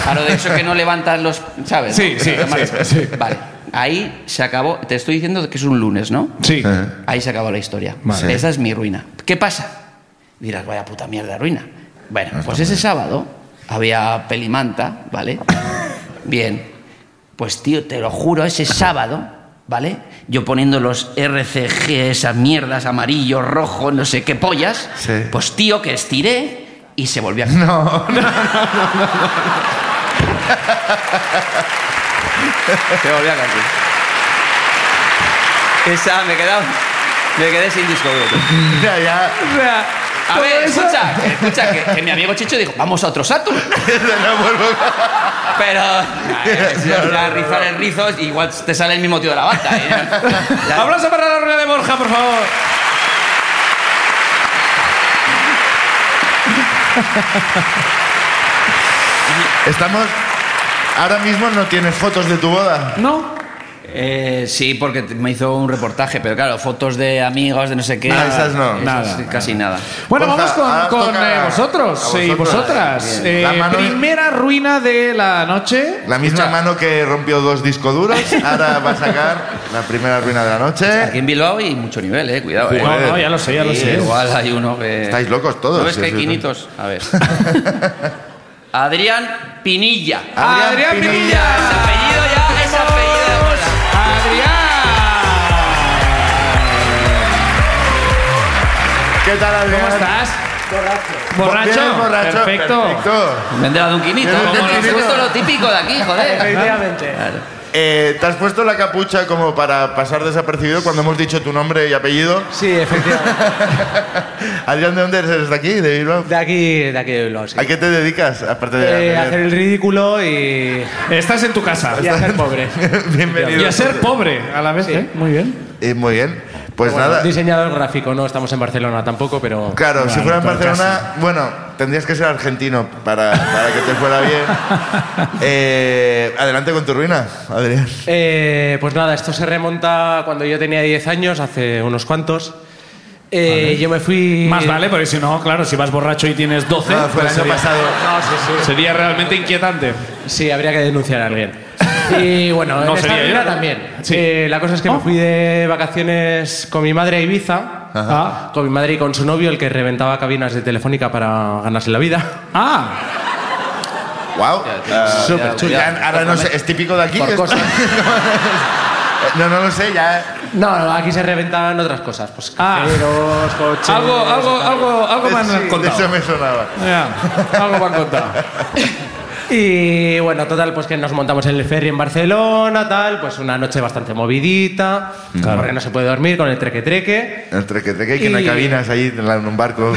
Speaker 3: a lo de eso que no levantas los... ¿Sabes?
Speaker 2: Sí,
Speaker 3: ¿no?
Speaker 2: sí,
Speaker 3: Los marchas.
Speaker 2: sí, sí.
Speaker 3: Vale, ahí se acabó. Te estoy diciendo que es un lunes, ¿no?
Speaker 2: Sí.
Speaker 1: Eh.
Speaker 3: Ahí se acabó la historia.
Speaker 1: Vale.
Speaker 3: Esa es mi ruina. ¿Qué pasa? Dirás, vaya puta mierda ruina. Bueno, pues ese sábado había pelimanta, ¿vale? Bien. Pues tío, te lo juro, ese sábado, ¿vale? Yo poniendo los RCG, esas mierdas, amarillo, rojo, no sé qué pollas.
Speaker 1: Sí.
Speaker 3: Pues tío, que estiré y se volvió a...
Speaker 1: No, no,
Speaker 3: Se volvió a Esa, me he quedado... Me quedé sin disco duro.
Speaker 1: ya, ya.
Speaker 2: O sea,
Speaker 3: A
Speaker 2: todo
Speaker 3: ver,
Speaker 2: eso-
Speaker 3: escucha, escucha, que, que mi amigo Chicho dijo, vamos a otro Saturn.
Speaker 1: No vuelvo.
Speaker 3: Pero a ver, si vas a rizar el rizo, igual te sale el mismo tío de la bata. ¿eh? Ya-
Speaker 2: Aplauso para la ruina de Borja, por favor.
Speaker 1: Estamos. Ahora mismo no tienes fotos de tu boda.
Speaker 2: No.
Speaker 3: Eh, sí, porque te- me hizo un reportaje, pero claro, fotos de amigos, de no sé qué.
Speaker 1: Ah, esas no.
Speaker 2: Nada.
Speaker 3: Casi nada.
Speaker 2: Bueno,
Speaker 1: Borja,
Speaker 2: vamos con,
Speaker 1: ahora os
Speaker 2: con,
Speaker 1: toca
Speaker 2: eh,
Speaker 1: a-
Speaker 2: vosotros
Speaker 1: a
Speaker 2: y
Speaker 1: vosotras.
Speaker 2: vosotras.
Speaker 1: Bien. La
Speaker 2: Eh,
Speaker 1: mano-
Speaker 2: primera ruina de la noche.
Speaker 1: La misma mano que rompió dos discos duros, ahora va a sacar la primera ruina de la
Speaker 3: Aquí
Speaker 1: noche.
Speaker 3: en Bilbao hay mucho nivel, eh, cuidado. eh.
Speaker 2: No, no, ya lo sé, ya lo
Speaker 3: Sí,
Speaker 2: sé.
Speaker 3: Igual hay uno que.
Speaker 1: Estáis locos todos.
Speaker 3: ¿No ves
Speaker 1: Sí,
Speaker 3: que hay
Speaker 1: sí, sí.
Speaker 3: quinitos? A ver. Adrián Pinilla.
Speaker 1: Ah.
Speaker 2: Adrián
Speaker 1: Pinilla.
Speaker 2: Pinilla.
Speaker 3: Ese apellido ya, ese apellido de
Speaker 2: Vamos,
Speaker 3: verdad.
Speaker 2: Adrián.
Speaker 1: ¿Qué tal, Adrián?
Speaker 2: ¿Cómo estás? Borracho.
Speaker 1: Bien, borracho.
Speaker 2: Perfecto.
Speaker 3: Vendrá de un quinito.
Speaker 1: Vendrá
Speaker 2: de un
Speaker 3: Es
Speaker 1: quinito.
Speaker 3: justo lo típico de aquí, joder.
Speaker 6: Efectivamente.
Speaker 3: Claro.
Speaker 1: Eh, ¿Te has puesto la capucha como para pasar desapercibido cuando hemos dicho tu nombre y apellido?
Speaker 6: Sí, efectivamente.
Speaker 1: Adrián, ¿de dónde eres? ¿Eres de aquí? ¿De Bilbao?
Speaker 6: De aquí, de aquí de Bilbao, sí.
Speaker 1: ¿A qué te dedicas? Aparte de.
Speaker 6: Eh, hacer el ridículo y,
Speaker 2: Estás en tu casa.
Speaker 6: y a ser pobre.
Speaker 1: Bienvenido.
Speaker 2: Y a ser pobre a la vez. ¿eh? Muy bien.
Speaker 1: Eh, muy bien. Pues
Speaker 6: Bueno,
Speaker 1: nada.
Speaker 6: Diseñador gráfico, no estamos en Barcelona tampoco, pero.
Speaker 1: Claro, si fuera en
Speaker 2: pero
Speaker 1: Barcelona, bueno, tendrías que ser argentino para, para que te fuera bien. Eh, adelante con tu ruina, Adrián.
Speaker 6: Eh, pues nada, esto se remonta cuando yo tenía 10 años, hace unos cuantos. Eh, Yo me fui.
Speaker 2: Más vale, porque si no, claro, si vas borracho y tienes 12,
Speaker 6: Ah,
Speaker 1: No, Ah, fue el
Speaker 2: pues
Speaker 1: año
Speaker 2: sería,
Speaker 1: pasado.
Speaker 6: No, sí, sí.
Speaker 2: sería realmente inquietante.
Speaker 6: Sí, habría que denunciar a alguien. Y bueno,
Speaker 2: No
Speaker 6: en esta
Speaker 2: sería yo,
Speaker 6: vida
Speaker 2: ¿no?
Speaker 6: también.
Speaker 2: Sí.
Speaker 6: Eh, la cosa es que
Speaker 2: Oh.
Speaker 6: me fui de vacaciones con mi madre a Ibiza. ah,
Speaker 2: Ajá.
Speaker 6: Con mi madre y con su novio, el que reventaba cabinas de Telefónica para ganarse la vida.
Speaker 2: Ah,
Speaker 1: Wow.
Speaker 6: Súper chulo.
Speaker 1: Eh, Ah, ahora no sé, es típico de aquí.
Speaker 6: Por
Speaker 1: Es-
Speaker 6: cosas.
Speaker 1: Eh, no, no lo sé, ya.
Speaker 6: No, no, aquí se reventaban otras cosas. Pues
Speaker 2: Ah.
Speaker 6: cajeros, coches.
Speaker 2: algo, algo, algo, algo me han
Speaker 1: Sí, de
Speaker 2: contado.
Speaker 1: eso me sonaba.
Speaker 2: Ya.
Speaker 6: Algo me han contado. Y bueno, total, pues que nos montamos en el ferry en Barcelona, tal, pues una noche bastante movidita, porque no se puede dormir con el treque-treque.
Speaker 1: Entre que te que hay que no hay
Speaker 6: Y-
Speaker 1: cabinas ahí en la- en un barco.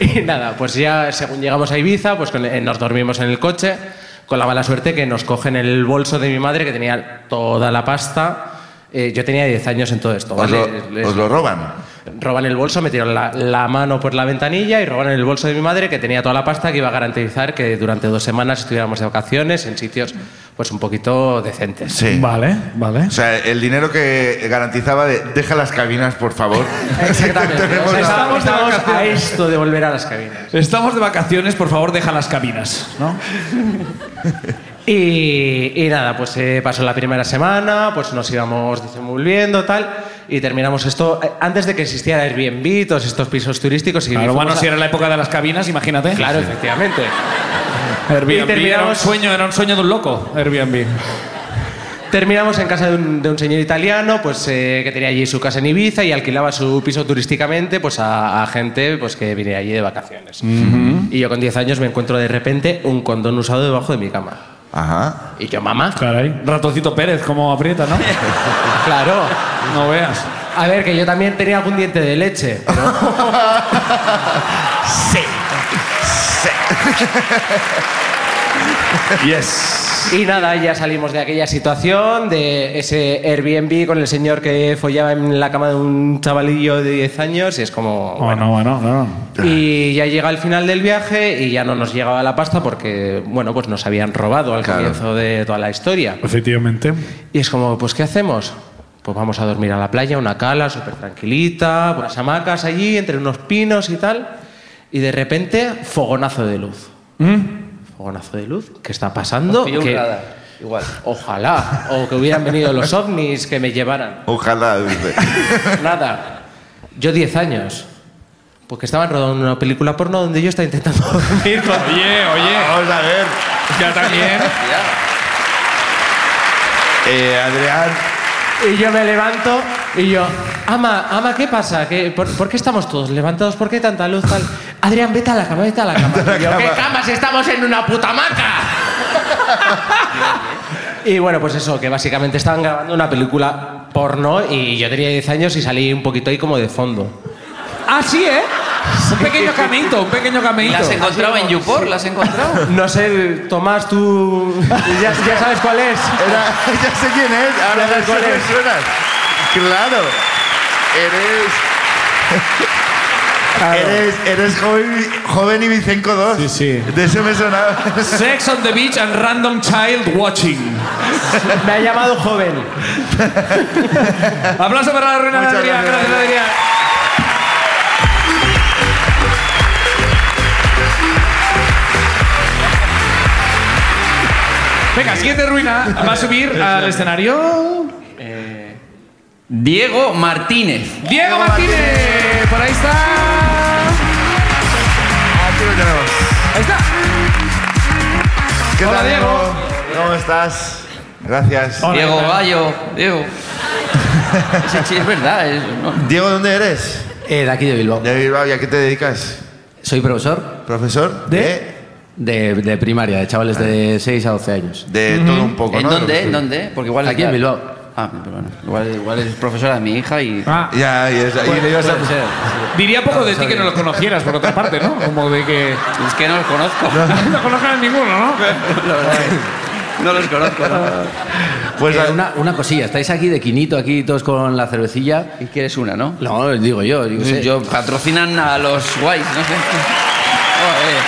Speaker 6: Y nada, pues ya según llegamos a Ibiza, pues con- eh, nos dormimos en el coche, con la mala suerte que nos cogen el bolso de mi madre, que tenía toda la pasta. Eh, yo tenía 10 años en todo esto,
Speaker 1: os,
Speaker 6: ¿vale?
Speaker 1: lo,
Speaker 6: Les-
Speaker 1: os lo roban.
Speaker 6: Roban el bolso, metieron la, la mano por la ventanilla y robaron el bolso de mi madre, que tenía toda la pasta que iba a garantizar que durante dos semanas estuviéramos de vacaciones en sitios pues un poquito decentes.
Speaker 1: Sí.
Speaker 2: Vale, vale.
Speaker 1: O sea, el dinero que Eh, garantizaba de deja las cabinas, por favor.
Speaker 6: Exactamente.
Speaker 1: Tenemos-
Speaker 6: estamos,
Speaker 2: de
Speaker 6: estamos a
Speaker 2: vacaciones.
Speaker 6: esto de volver a las cabinas.
Speaker 2: Estamos de vacaciones, por favor, deja las cabinas, ¿no?
Speaker 6: Y, y nada, pues eh, pasó la primera semana, pues nos íbamos desenvolviendo, tal, y terminamos esto eh, antes de que existiera Airbnb, todos estos pisos turísticos. Y
Speaker 2: Claro,
Speaker 6: fuimos
Speaker 2: bueno,
Speaker 6: a-
Speaker 2: si era la época de las cabinas, imagínate.
Speaker 6: Claro, efectivamente.
Speaker 2: Airbnb
Speaker 6: Y terminamos-
Speaker 2: era un sueño, era un sueño de un loco, Airbnb.
Speaker 6: Terminamos en casa de un, de un señor italiano pues, eh, que tenía allí su casa en Ibiza y alquilaba su piso turísticamente pues, a, a gente pues, que viniera allí de vacaciones. Y yo con 10 años me encuentro de repente un condón usado debajo de mi cama.
Speaker 1: Ajá.
Speaker 6: Y yo, mamá,
Speaker 2: Caray. Ratoncito Pérez, como aprieta, ¿no?
Speaker 6: claro.
Speaker 2: No veas.
Speaker 6: A ver, que yo también tenía algún diente de leche.
Speaker 2: Yes.
Speaker 6: Y nada, ya salimos de aquella situación, de ese Airbnb con el señor que follaba en la cama de un chavalillo de 10 años y es como...
Speaker 2: Oh,
Speaker 6: bueno.
Speaker 4: Bueno, bueno, claro.
Speaker 3: Ah.
Speaker 6: Y ya llega el final del viaje y ya no nos llegaba la pasta porque, bueno, pues nos habían robado al
Speaker 1: Claro.
Speaker 6: comienzo de toda la historia.
Speaker 4: Efectivamente.
Speaker 6: Y es como, pues ¿qué hacemos? Pues vamos a dormir a la playa, una cala súper tranquilita, unas hamacas allí, entre unos pinos y tal. Y de repente, fogonazo de luz.
Speaker 1: Mm.
Speaker 6: Fogonazo de luz. ¿Qué está pasando?
Speaker 3: Pillo un
Speaker 6: Que-
Speaker 3: radar, Igual.
Speaker 6: Ojalá. O que hubieran venido los ovnis que me llevaran.
Speaker 1: Ojalá. dice.
Speaker 6: Nada. Yo 10 años. Porque estaban rodando una película porno donde yo estaba intentando dormir con
Speaker 4: Oye, oye,
Speaker 1: Vamos a ver.
Speaker 4: ya también.
Speaker 1: Eh, Adrián,
Speaker 6: Y yo me levanto y yo, ama, ama, ¿qué pasa? ¿Qué, por, por qué estamos todos levantados? ¿Por qué hay tanta luz? Tal? Adrián, vete a la cama, vete a la cama. Y yo, ¿qué camas? Estamos en una puta hamaca. y bueno, pues eso, que básicamente estaban grabando una película porno y yo tenía 10 años y salí un poquito ahí como de fondo.
Speaker 2: Ah, sí, ¿eh? Un pequeño cameíto, un pequeño cameíto.
Speaker 3: ¿La has encontrado en YouPorn? ¿La has encontrado?
Speaker 6: No sé, Tomás, tú ya, ya sabes cuál es.
Speaker 1: era- ya sé quién es. Ahora
Speaker 6: Ya sé
Speaker 1: ya sé
Speaker 6: cuál
Speaker 1: que
Speaker 6: es.
Speaker 1: suenas. Claro. Eres. Eres, eres joven, joven y Vicenco 2.
Speaker 4: Sí, sí.
Speaker 1: De eso me sonaba.
Speaker 2: Sex on the beach and random child watching.
Speaker 6: Me ha llamado joven.
Speaker 2: Aplauso para la ruina de
Speaker 1: Muchas
Speaker 2: Adrián.
Speaker 1: gracias,
Speaker 2: Gracias, Adrián. Venga, siguiente ruina. Va a subir al escenario. Eh,
Speaker 3: Diego Martínez.
Speaker 2: Diego Martínez. Por ahí está.
Speaker 1: Ah, Aquí lo tenemos.
Speaker 2: Ahí está.
Speaker 1: ¿Qué
Speaker 2: Hola,
Speaker 1: tal,
Speaker 2: Diego.
Speaker 1: ¿Cómo estás? Gracias.
Speaker 4: Hola,
Speaker 3: Diego
Speaker 4: ¿qué tal?
Speaker 3: Gallo. Diego. Ese chi- es verdad. es- no.
Speaker 1: Diego, ¿dónde eres?
Speaker 7: Eh, de aquí de Bilbao.
Speaker 1: De Bilbao, ¿y a qué te dedicas?
Speaker 7: Soy profesor
Speaker 1: ¿Profesor? De,
Speaker 7: de, de primaria, de chavales de 6 a 12 años.
Speaker 1: de todo un poco,
Speaker 3: ¿En
Speaker 1: ¿no?
Speaker 3: dónde? ¿En dónde? Porque igual
Speaker 7: Aquí en Bilbao.
Speaker 3: Ah, pero bueno. Igual, igual es profesora de mi hija y.
Speaker 2: Ah,
Speaker 1: Ya, y, es- y le ibas a-
Speaker 7: Puede ser.
Speaker 2: diría poco de ti que no los conocieras, por otra parte, ¿no? Como de que.
Speaker 3: Es que no los conozco.
Speaker 2: No conozcan a ninguno, ¿no?
Speaker 3: No los conozco. ¿no?
Speaker 1: Pues
Speaker 7: Eh, una, una cosilla, estáis aquí de quinito, aquí todos con la cervecilla.
Speaker 3: Y quieres una, ¿no?
Speaker 7: No, digo yo,
Speaker 1: Mm,
Speaker 7: digo, sé.
Speaker 3: Yo patrocinan a los guays, no sé. Joder.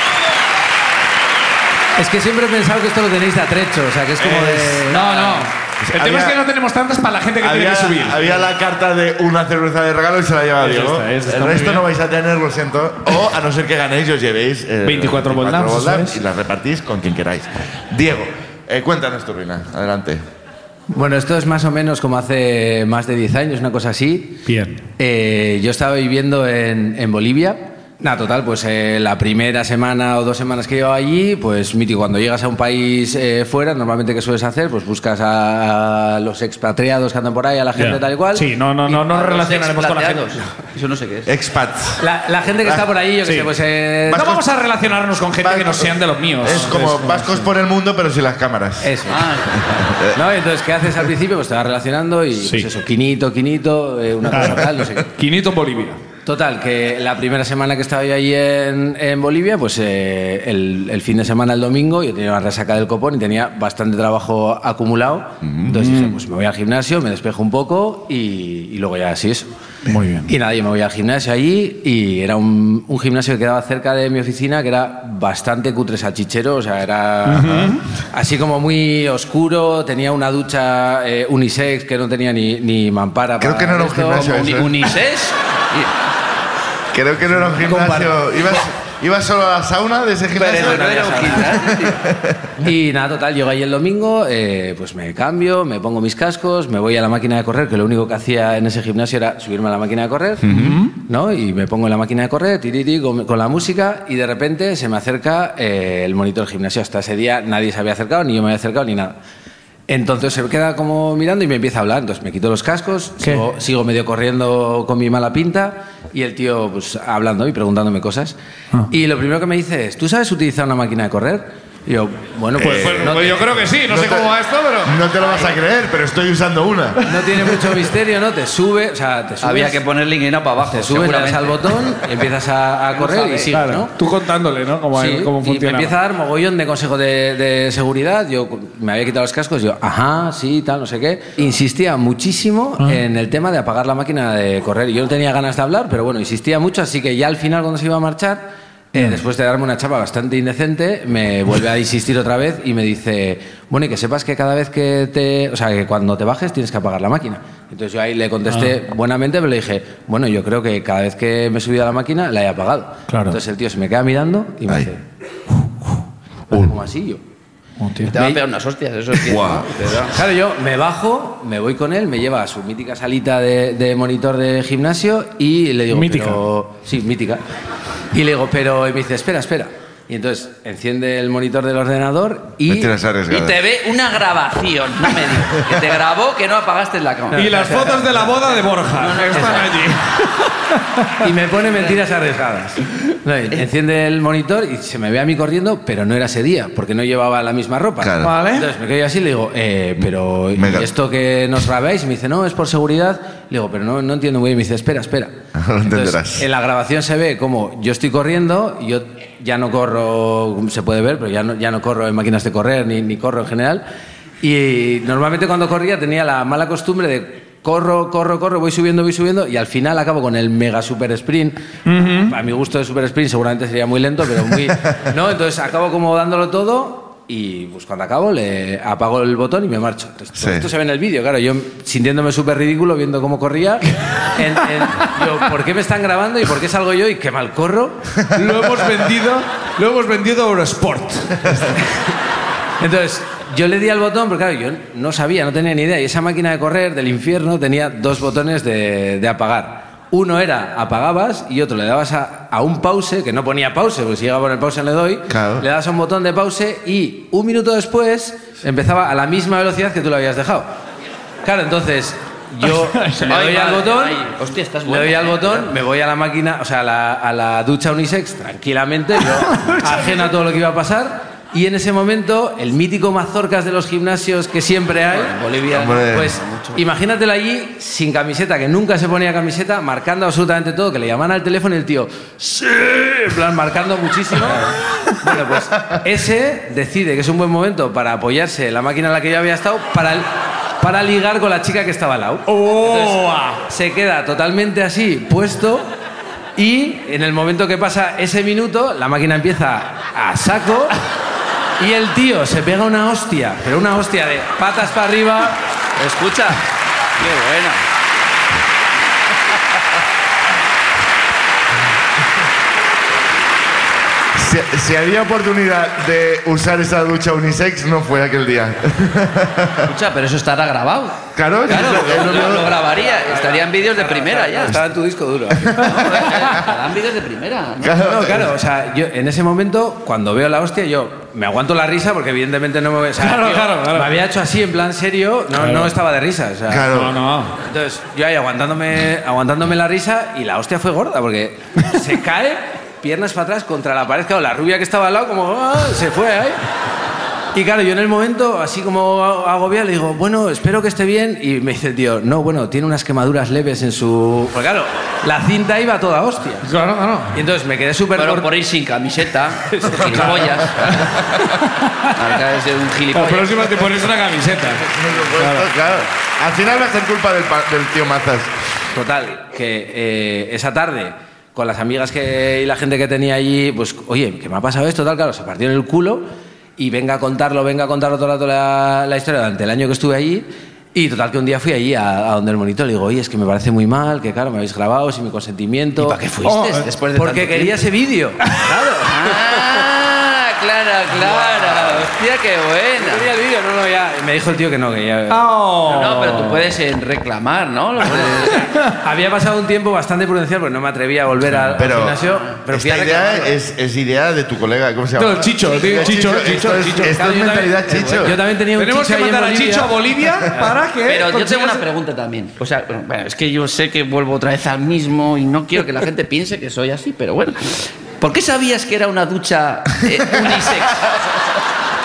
Speaker 7: Es que siempre he pensado que esto lo tenéis de atrecho, o sea, que es como de...
Speaker 2: No, no. El tema
Speaker 1: Había-
Speaker 2: es que no tenemos tantas para la gente que tiene
Speaker 1: había,
Speaker 2: que subir.
Speaker 1: había la carta de una cerveza de regalo y se la llevaba
Speaker 4: Eso
Speaker 1: Diego.
Speaker 4: está, eso está
Speaker 1: El
Speaker 4: muy
Speaker 1: resto
Speaker 4: bien.
Speaker 1: no vais a tener, lo siento. O a no ser que ganéis y os llevéis eh,
Speaker 4: 24 Boldams, eso es.
Speaker 1: y las repartís con quien queráis. Diego, eh, cuéntanos tu ruina. Adelante.
Speaker 7: Bueno, esto es más o menos como hace más de 10 años, una cosa así.
Speaker 4: Bien.
Speaker 7: Eh, yo estaba viviendo en, en Bolivia. Nada, total, pues eh, la primera semana o dos semanas que llevaba allí, pues Miti, cuando llegas a un país eh, fuera, normalmente ¿qué sueles hacer? Pues buscas a, a los expatriados que andan por ahí, a la gente
Speaker 4: Ya.
Speaker 7: tal y cual.
Speaker 4: Sí, no, no, no, no nos relacionaremos con la gente.
Speaker 3: Plateados. Eso no sé qué es.
Speaker 1: Expats.
Speaker 7: La, la gente
Speaker 1: Ah,
Speaker 7: que está por ahí, yo qué
Speaker 4: Sí.
Speaker 7: sé, pues... eh,
Speaker 2: No
Speaker 1: Vascos-
Speaker 2: vamos a relacionarnos con gente que no
Speaker 1: Vascos-
Speaker 2: sean de los míos.
Speaker 1: Es como
Speaker 4: Pues,
Speaker 1: vascos por el mundo, pero sin las cámaras.
Speaker 7: eso.
Speaker 3: Ah,
Speaker 7: ¿No? Entonces, ¿qué haces al principio? Pues te vas relacionando y
Speaker 4: Sí.
Speaker 7: pues eso, quinito, quinito, eh, una cosa tal, no sé qué.
Speaker 2: Quinito en Bolivia.
Speaker 1: Eh,
Speaker 7: Total, que la primera semana que estaba yo ahí en, en Bolivia, pues eh, el, el fin de semana, el domingo, yo tenía una resaca del copón y tenía bastante trabajo acumulado.
Speaker 1: Mm.
Speaker 7: Entonces dije, pues me voy al gimnasio, me despejo un poco y, y luego ya así es.
Speaker 4: Muy bien.
Speaker 7: Y nada, yo me voy al gimnasio allí y era un, un gimnasio que quedaba cerca de mi oficina que era bastante cutre salchichero, o sea, era así como muy oscuro, tenía una ducha eh, unisex que no tenía ni, ni mampara.
Speaker 1: Creo
Speaker 7: para
Speaker 1: que no era un
Speaker 7: Ah, esto.
Speaker 1: gimnasio.
Speaker 3: como uni-
Speaker 1: eso ¿eh? es.
Speaker 3: unisex. Y-
Speaker 1: Creo que no era un gimnasio. ¿Ibas, ibas solo a la sauna de ese gimnasio?
Speaker 3: Pero no era un gimnasio, tío.
Speaker 7: Y nada, total, llego ahí el domingo, eh, pues me cambio, me pongo mis cascos, me voy a la máquina de correr, que lo único que hacía en ese gimnasio era subirme a la máquina de correr, ¿no? Y me pongo en la máquina de correr, tiriri, con, con la música, y de repente se me acerca eh, el monitor del gimnasio. Hasta ese día nadie se había acercado, ni yo me había acercado, ni nada. Entonces se queda como mirando y me empieza a hablar. Entonces me quito los cascos, sigo, sigo medio corriendo con mi mala pinta y el tío
Speaker 3: Ah.
Speaker 7: pues hablando y preguntándome cosas. Y lo primero que me dice es, ¿tú sabes utilizar una máquina de correr? Y yo, bueno, pues,
Speaker 4: Pues,
Speaker 7: no,
Speaker 4: pues yo creo que sí, no, sé
Speaker 1: te-
Speaker 4: cómo va esto, pero.
Speaker 1: Eh, No te lo vas a creer, pero estoy usando una.
Speaker 7: no tiene mucho misterio, ¿no? Te sube, o sea, te subes,
Speaker 3: Había que poner LinkedIn para abajo,
Speaker 7: te subes le das
Speaker 3: seguramente.
Speaker 7: al botón, empiezas a, a correr y sigues,
Speaker 4: Claro,
Speaker 7: ¿no?
Speaker 4: Tú contándole, ¿no? Cómo,
Speaker 7: Sí,
Speaker 4: cómo
Speaker 7: y me
Speaker 4: funciona.
Speaker 7: empieza a dar mogollón de consejos de, de seguridad. Yo me había quitado los cascos, yo, ajá, sí, tal, no sé qué. Insistía muchísimo en el tema de apagar la máquina de correr. Yo no tenía ganas de hablar, pero bueno, insistía mucho, así que ya al final, cuando se iba a marchar, eh, después de darme una chapa bastante indecente, me vuelve a insistir otra vez y me dice, bueno, y que sepas que cada vez que te. O sea, que cuando te bajes tienes que apagar la máquina. Entonces yo ahí le contesté buenamente, pero le dije, bueno, yo creo que cada vez que me he subido a la máquina la he apagado.
Speaker 4: Claro.
Speaker 7: Entonces el tío se me queda mirando y me
Speaker 1: Ay.
Speaker 7: dice, Hace como así yo.
Speaker 3: Te va a pegar unas hostias, eso es
Speaker 1: Guau.
Speaker 7: Claro, yo me bajo, me voy con él, me lleva a su mítica salita de, de monitor de gimnasio y le digo,
Speaker 4: Mítica.
Speaker 7: pero- Sí, mítica. Y le digo, pero... Y me dice, espera, espera. Y entonces enciende el monitor del ordenador y...
Speaker 1: Me tienes
Speaker 3: Y
Speaker 1: arriesgado.
Speaker 3: te ve una grabación, no me digas. Que te grabó que no apagaste la cámara.
Speaker 2: Y las fotos de la boda de Borja están allí.
Speaker 7: y me pone mentiras arriesgadas. No, y enciende el monitor y se me ve a mí corriendo, pero no era ese día, porque no llevaba la misma ropa.
Speaker 1: Claro.
Speaker 2: Vale.
Speaker 7: Entonces me quedo yo así y le digo, eh, pero ¿y
Speaker 1: Venga.
Speaker 7: esto que nos grabáis, Y me dice, no, es por seguridad. Le digo, pero no, no entiendo muy bien. Y me dice, espera, espera.
Speaker 1: Ahora lo
Speaker 7: Entonces,
Speaker 1: entenderás.
Speaker 7: en la grabación se ve como yo estoy corriendo, yo ya no corro, se puede ver, pero ya no, ya no corro en máquinas de correr ni, ni corro en general. Y normalmente cuando corría tenía la mala costumbre de corro, corro, corro, voy subiendo, voy subiendo y al final acabo con el mega super sprint. A mi gusto de super sprint seguramente sería muy lento, pero muy... ¿no? Entonces acabo como dándolo todo y pues cuando acabo le apago el botón y me marcho. Entonces, todo
Speaker 1: Sí.
Speaker 7: esto se ve en el vídeo, claro, yo sintiéndome súper ridículo viendo cómo corría. en- en- yo, ¿Por qué me están grabando y por qué salgo yo y qué mal corro?
Speaker 2: Lo hemos vendido, lo hemos vendido a Eurosport.
Speaker 7: Entonces, yo le di al botón, porque claro, yo no sabía, no tenía ni idea. Y esa máquina de correr del infierno tenía dos botones de, de apagar. Uno era apagabas y otro le dabas a, a un pause, que no ponía pause, porque si llegaba a poner pause le doy.
Speaker 1: Claro.
Speaker 7: Le dabas a un botón de pause y un minuto después empezaba a la misma velocidad que tú lo habías dejado. Claro, entonces yo le
Speaker 3: Ay,
Speaker 7: doy al
Speaker 3: madre,
Speaker 7: botón.
Speaker 3: ay, hostia, estás
Speaker 7: Le doy
Speaker 3: buena,
Speaker 7: al
Speaker 3: eh.
Speaker 7: botón, me voy a la máquina, o sea, a la, a la ducha unisex tranquilamente, yo ajena a todo lo que iba a pasar. Y en ese momento, el mítico mazorcas de los gimnasios que siempre hay, Bolivia,
Speaker 1: Hombre.
Speaker 7: pues imagínatelo allí sin camiseta, que nunca se ponía camiseta, marcando absolutamente todo, que le llaman al teléfono y el tío, sí, en plan, marcando muchísimo. Bueno, pues ese decide que es un buen momento para apoyarse en la máquina en la que yo había estado, para, para ligar con la chica que estaba al lado. Entonces, se queda totalmente así puesto y en el momento que pasa ese minuto, la máquina empieza a saco y el tío se pega una hostia, pero una hostia de patas para arriba.
Speaker 3: Escucha. Qué buena.
Speaker 1: Si, si había oportunidad de usar esa ducha unisex, no fue aquel día.
Speaker 3: Escucha, pero eso estará grabado.
Speaker 1: Claro,
Speaker 3: Claro,
Speaker 1: es- es lo
Speaker 3: lo, lo-
Speaker 1: que-
Speaker 3: lo grabaría. Estarían vídeos de primera ya.
Speaker 7: Estaba en tu disco duro.
Speaker 3: No, eh, Estarán vídeos de primera. ¿no?
Speaker 7: No,
Speaker 3: eh.
Speaker 7: claro, o sea, yo en ese momento, cuando veo la hostia, yo me aguanto la risa porque evidentemente no me... o sea,
Speaker 4: Claro,
Speaker 7: tío,
Speaker 4: claro, claro.
Speaker 7: Me había hecho así, en plan serio, no, no estaba de risa. o sea.
Speaker 1: Claro.
Speaker 4: No, no.
Speaker 7: Entonces, yo ahí aguantándome, aguantándome la risa y la hostia fue gorda porque se cae, piernas para atrás contra la pared. Claro, la rubia que estaba al lado, como "Ah", se fue ahí. Y claro, yo en el momento, así como agobiado, le digo, bueno, espero que esté bien. Y me dice el tío, no, bueno, tiene unas quemaduras leves en su.
Speaker 3: pues
Speaker 7: Porque claro, la cinta iba toda hostia.
Speaker 4: Claro, claro.
Speaker 7: Y entonces me quedé súper
Speaker 3: Pero
Speaker 7: cort-
Speaker 3: por ir sin camiseta, sin joyas. Acabas de ser un
Speaker 4: La
Speaker 3: gilipollas.
Speaker 4: próxima te pones una camiseta.
Speaker 1: Por supuesto, claro. Al final va a ser culpa del, pa- del tío Mazas.
Speaker 7: Total, que eh, esa tarde, con las amigas que, y la gente que tenía allí, pues, oye, que me ha pasado esto, tal, claro, se partió en el culo y venga a contarlo, venga a contarlo todo el rato la, la historia durante el año que estuve allí. Y total, que un día fui allí a, a donde el monitor le digo, oye, es que me parece muy mal, que claro, me habéis grabado sin mi consentimiento. Oh,
Speaker 3: ¿Para qué fuiste después de
Speaker 7: Porque
Speaker 3: tanto
Speaker 7: quería ese vídeo. Claro.
Speaker 3: Ah, Clara, Clara. Hostia, qué buena.
Speaker 7: Quería el vídeo, no, no, ya. Me dijo el tío que no, que ya.
Speaker 3: No, pero tú puedes eh, reclamar, ¿no? Lo puedes-
Speaker 7: Había pasado un tiempo bastante prudencial porque no me atrevía a volver al, al
Speaker 1: Pero
Speaker 7: gimnasio. Pero fui a
Speaker 1: esta idea
Speaker 7: reclamarlo.
Speaker 1: es, es idea de tu colega, ¿cómo se llama?
Speaker 4: No, el Chicho, el tío
Speaker 1: El
Speaker 4: Chicho, Chicho,
Speaker 1: esto es,
Speaker 4: Chicho.
Speaker 1: esto es
Speaker 7: Claro, yo también-
Speaker 1: mentalidad Chicho.
Speaker 7: Yo también tenía un
Speaker 2: Tenemos que
Speaker 7: chicho ahí en
Speaker 2: mandar a
Speaker 7: Bolivia.
Speaker 2: Chicho a Bolivia para que.
Speaker 3: Pero yo tengo
Speaker 2: consigas-
Speaker 3: una pregunta también. O sea, bueno, bueno, es que yo sé que vuelvo otra vez al mismo y no quiero que la gente piense que soy así, pero bueno. ¿Por qué sabías que era una ducha eh, unisex?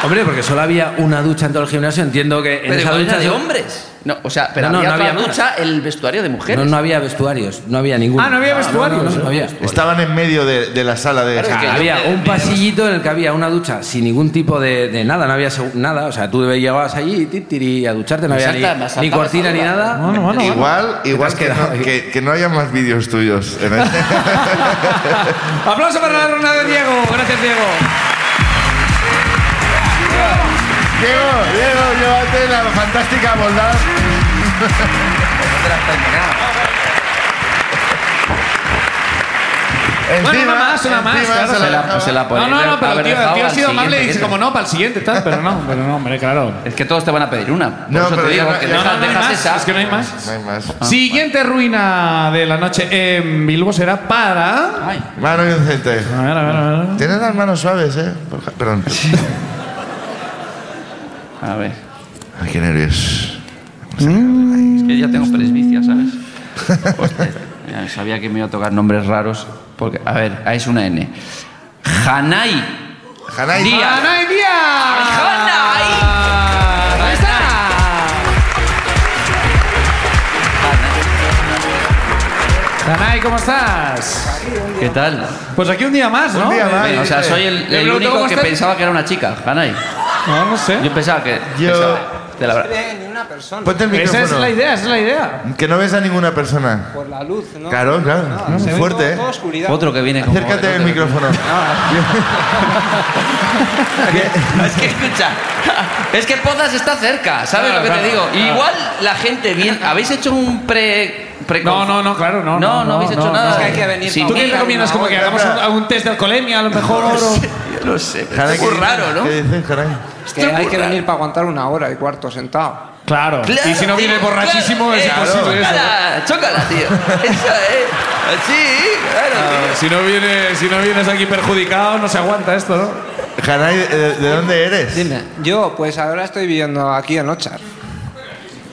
Speaker 7: Hombre, porque solo había una ducha en todo el gimnasio. Entiendo que en
Speaker 3: Pero
Speaker 7: esa
Speaker 3: igual
Speaker 7: ducha
Speaker 3: era de
Speaker 7: yo-
Speaker 3: hombres. No, o sea, pero
Speaker 7: No, no,
Speaker 3: había
Speaker 7: no
Speaker 3: otra
Speaker 7: había más.
Speaker 3: ducha, el vestuario de mujeres.
Speaker 7: No, no había vestuarios, no había ninguno.
Speaker 2: Ah, no había vestuarios.
Speaker 7: No, no, no había.
Speaker 1: Estaban en medio de, de la sala de...
Speaker 3: Claro, es que-
Speaker 7: había un pasillito en el que había una ducha sin ningún tipo de, de nada, no había segu- nada. O sea, tú llegabas allí y ti, tiri, a ducharte, no había
Speaker 3: Me salta- me
Speaker 7: ni, ni
Speaker 3: saltaba
Speaker 7: cortina
Speaker 3: esa
Speaker 7: ni
Speaker 3: duda.
Speaker 7: nada.
Speaker 2: Bueno, bueno, bueno.
Speaker 1: Igual, igual que, no, que, que no haya más vídeos tuyos. en este.
Speaker 2: Aplauso para la ronda de Diego. Gracias, Diego.
Speaker 1: Diego, Diego, llévate la fantástica bondad. Encima,
Speaker 2: Bueno, una más, una más,
Speaker 1: encima
Speaker 2: claro,
Speaker 1: se
Speaker 2: se
Speaker 1: la-
Speaker 3: Se la
Speaker 2: No,
Speaker 3: ponéis
Speaker 2: no, no,
Speaker 3: a
Speaker 2: pero
Speaker 3: ver,
Speaker 2: el tío, el
Speaker 3: dejado
Speaker 2: tío ha
Speaker 3: al
Speaker 2: sido amable y
Speaker 3: siguiente,
Speaker 2: dice, como no, para el siguiente, tal. Pero no, pero no, hombre, claro.
Speaker 3: que- Es que todos te van a pedir una. Por
Speaker 1: No,
Speaker 3: eso
Speaker 1: pero
Speaker 3: te digo Ah,
Speaker 1: ya-
Speaker 3: que
Speaker 1: ya-
Speaker 2: No,
Speaker 3: dejas,
Speaker 2: no, no hay
Speaker 3: dejas
Speaker 2: más.
Speaker 3: esa.
Speaker 2: Es que no hay más.
Speaker 1: No hay más.
Speaker 2: Siguiente ruina de la noche en Bilbo será para.
Speaker 3: Ay,
Speaker 1: Mano inocente.
Speaker 2: A ver, a ver, a ver.
Speaker 1: Tienes las manos suaves, ¿eh? Borja? Perdón.
Speaker 3: a ver.
Speaker 1: Ay, qué nervios.
Speaker 3: Es que ya tengo presbicia, ¿sabes? Hostia, mira, sabía que me iba a tocar nombres raros. Porque, a ver, ahí es una N. Hanai.
Speaker 1: Hanai.
Speaker 3: Díaz.
Speaker 2: ¡Hanai Díaz!
Speaker 3: Hanai.
Speaker 2: Ahí está. Hanai, ¿cómo estás?
Speaker 3: ¿Qué tal?
Speaker 2: Pues aquí un día más, ¿no?
Speaker 1: Un día más.
Speaker 3: O sea, soy el,
Speaker 2: Le
Speaker 3: el
Speaker 2: pregunto
Speaker 3: único
Speaker 2: cómo
Speaker 3: que
Speaker 2: estás.
Speaker 3: pensaba que era una chica, Hanai.
Speaker 2: No, no sé.
Speaker 3: Yo pensaba que.
Speaker 1: Yo-
Speaker 3: pensaba- te la verdad.
Speaker 1: Ponte el
Speaker 2: Esa
Speaker 1: micrófono.
Speaker 2: es la idea, esa es la idea.
Speaker 1: Que no ves a ninguna persona.
Speaker 5: Por la luz, ¿no?
Speaker 1: Claro, claro.
Speaker 5: No, se ve
Speaker 1: Fuerte,
Speaker 5: todo-
Speaker 1: ¿eh?
Speaker 5: toda oscuridad.
Speaker 3: Otro que viene como. Ah,
Speaker 1: Acércate al micrófono.
Speaker 3: Es que escucha, es que Pozas está cerca, ¿sabes
Speaker 2: Claro,
Speaker 3: lo que
Speaker 2: claro,
Speaker 3: te digo?
Speaker 2: claro.
Speaker 3: Igual la gente bien, ¿habéis hecho un pre, pre-
Speaker 2: No, no, no, claro, no.
Speaker 3: No, no, habéis hecho nada.
Speaker 5: Es que hay que venir
Speaker 3: Sí,
Speaker 5: pa'
Speaker 2: ¿Tú
Speaker 5: mí.
Speaker 2: qué recomiendas? Como que hagamos un, un test de alcoholemia, a lo mejor. o-
Speaker 3: Yo lo sé, pero
Speaker 1: Hanai,
Speaker 3: es muy
Speaker 1: ¿qué-
Speaker 3: raro, ¿no?
Speaker 1: ¿Qué dices, Hanai?
Speaker 5: Es que hay que venir para aguantar una hora y cuarto sentado.
Speaker 2: Claro.
Speaker 3: Claro,
Speaker 2: Y si no
Speaker 3: tío,
Speaker 2: viene borrachísimo,
Speaker 3: claro,
Speaker 2: es
Speaker 3: eh,
Speaker 2: imposible eso.
Speaker 3: Chócala, chócala, tío. Eso es. Sí,
Speaker 2: Ah,
Speaker 3: claro, tío.
Speaker 4: Si no, vienes, si no vienes aquí perjudicado, no se aguanta esto, ¿no?
Speaker 1: Hanai, eh, ¿de, de dónde eres?
Speaker 5: Dime. Yo, pues ahora estoy viviendo aquí en Ochar.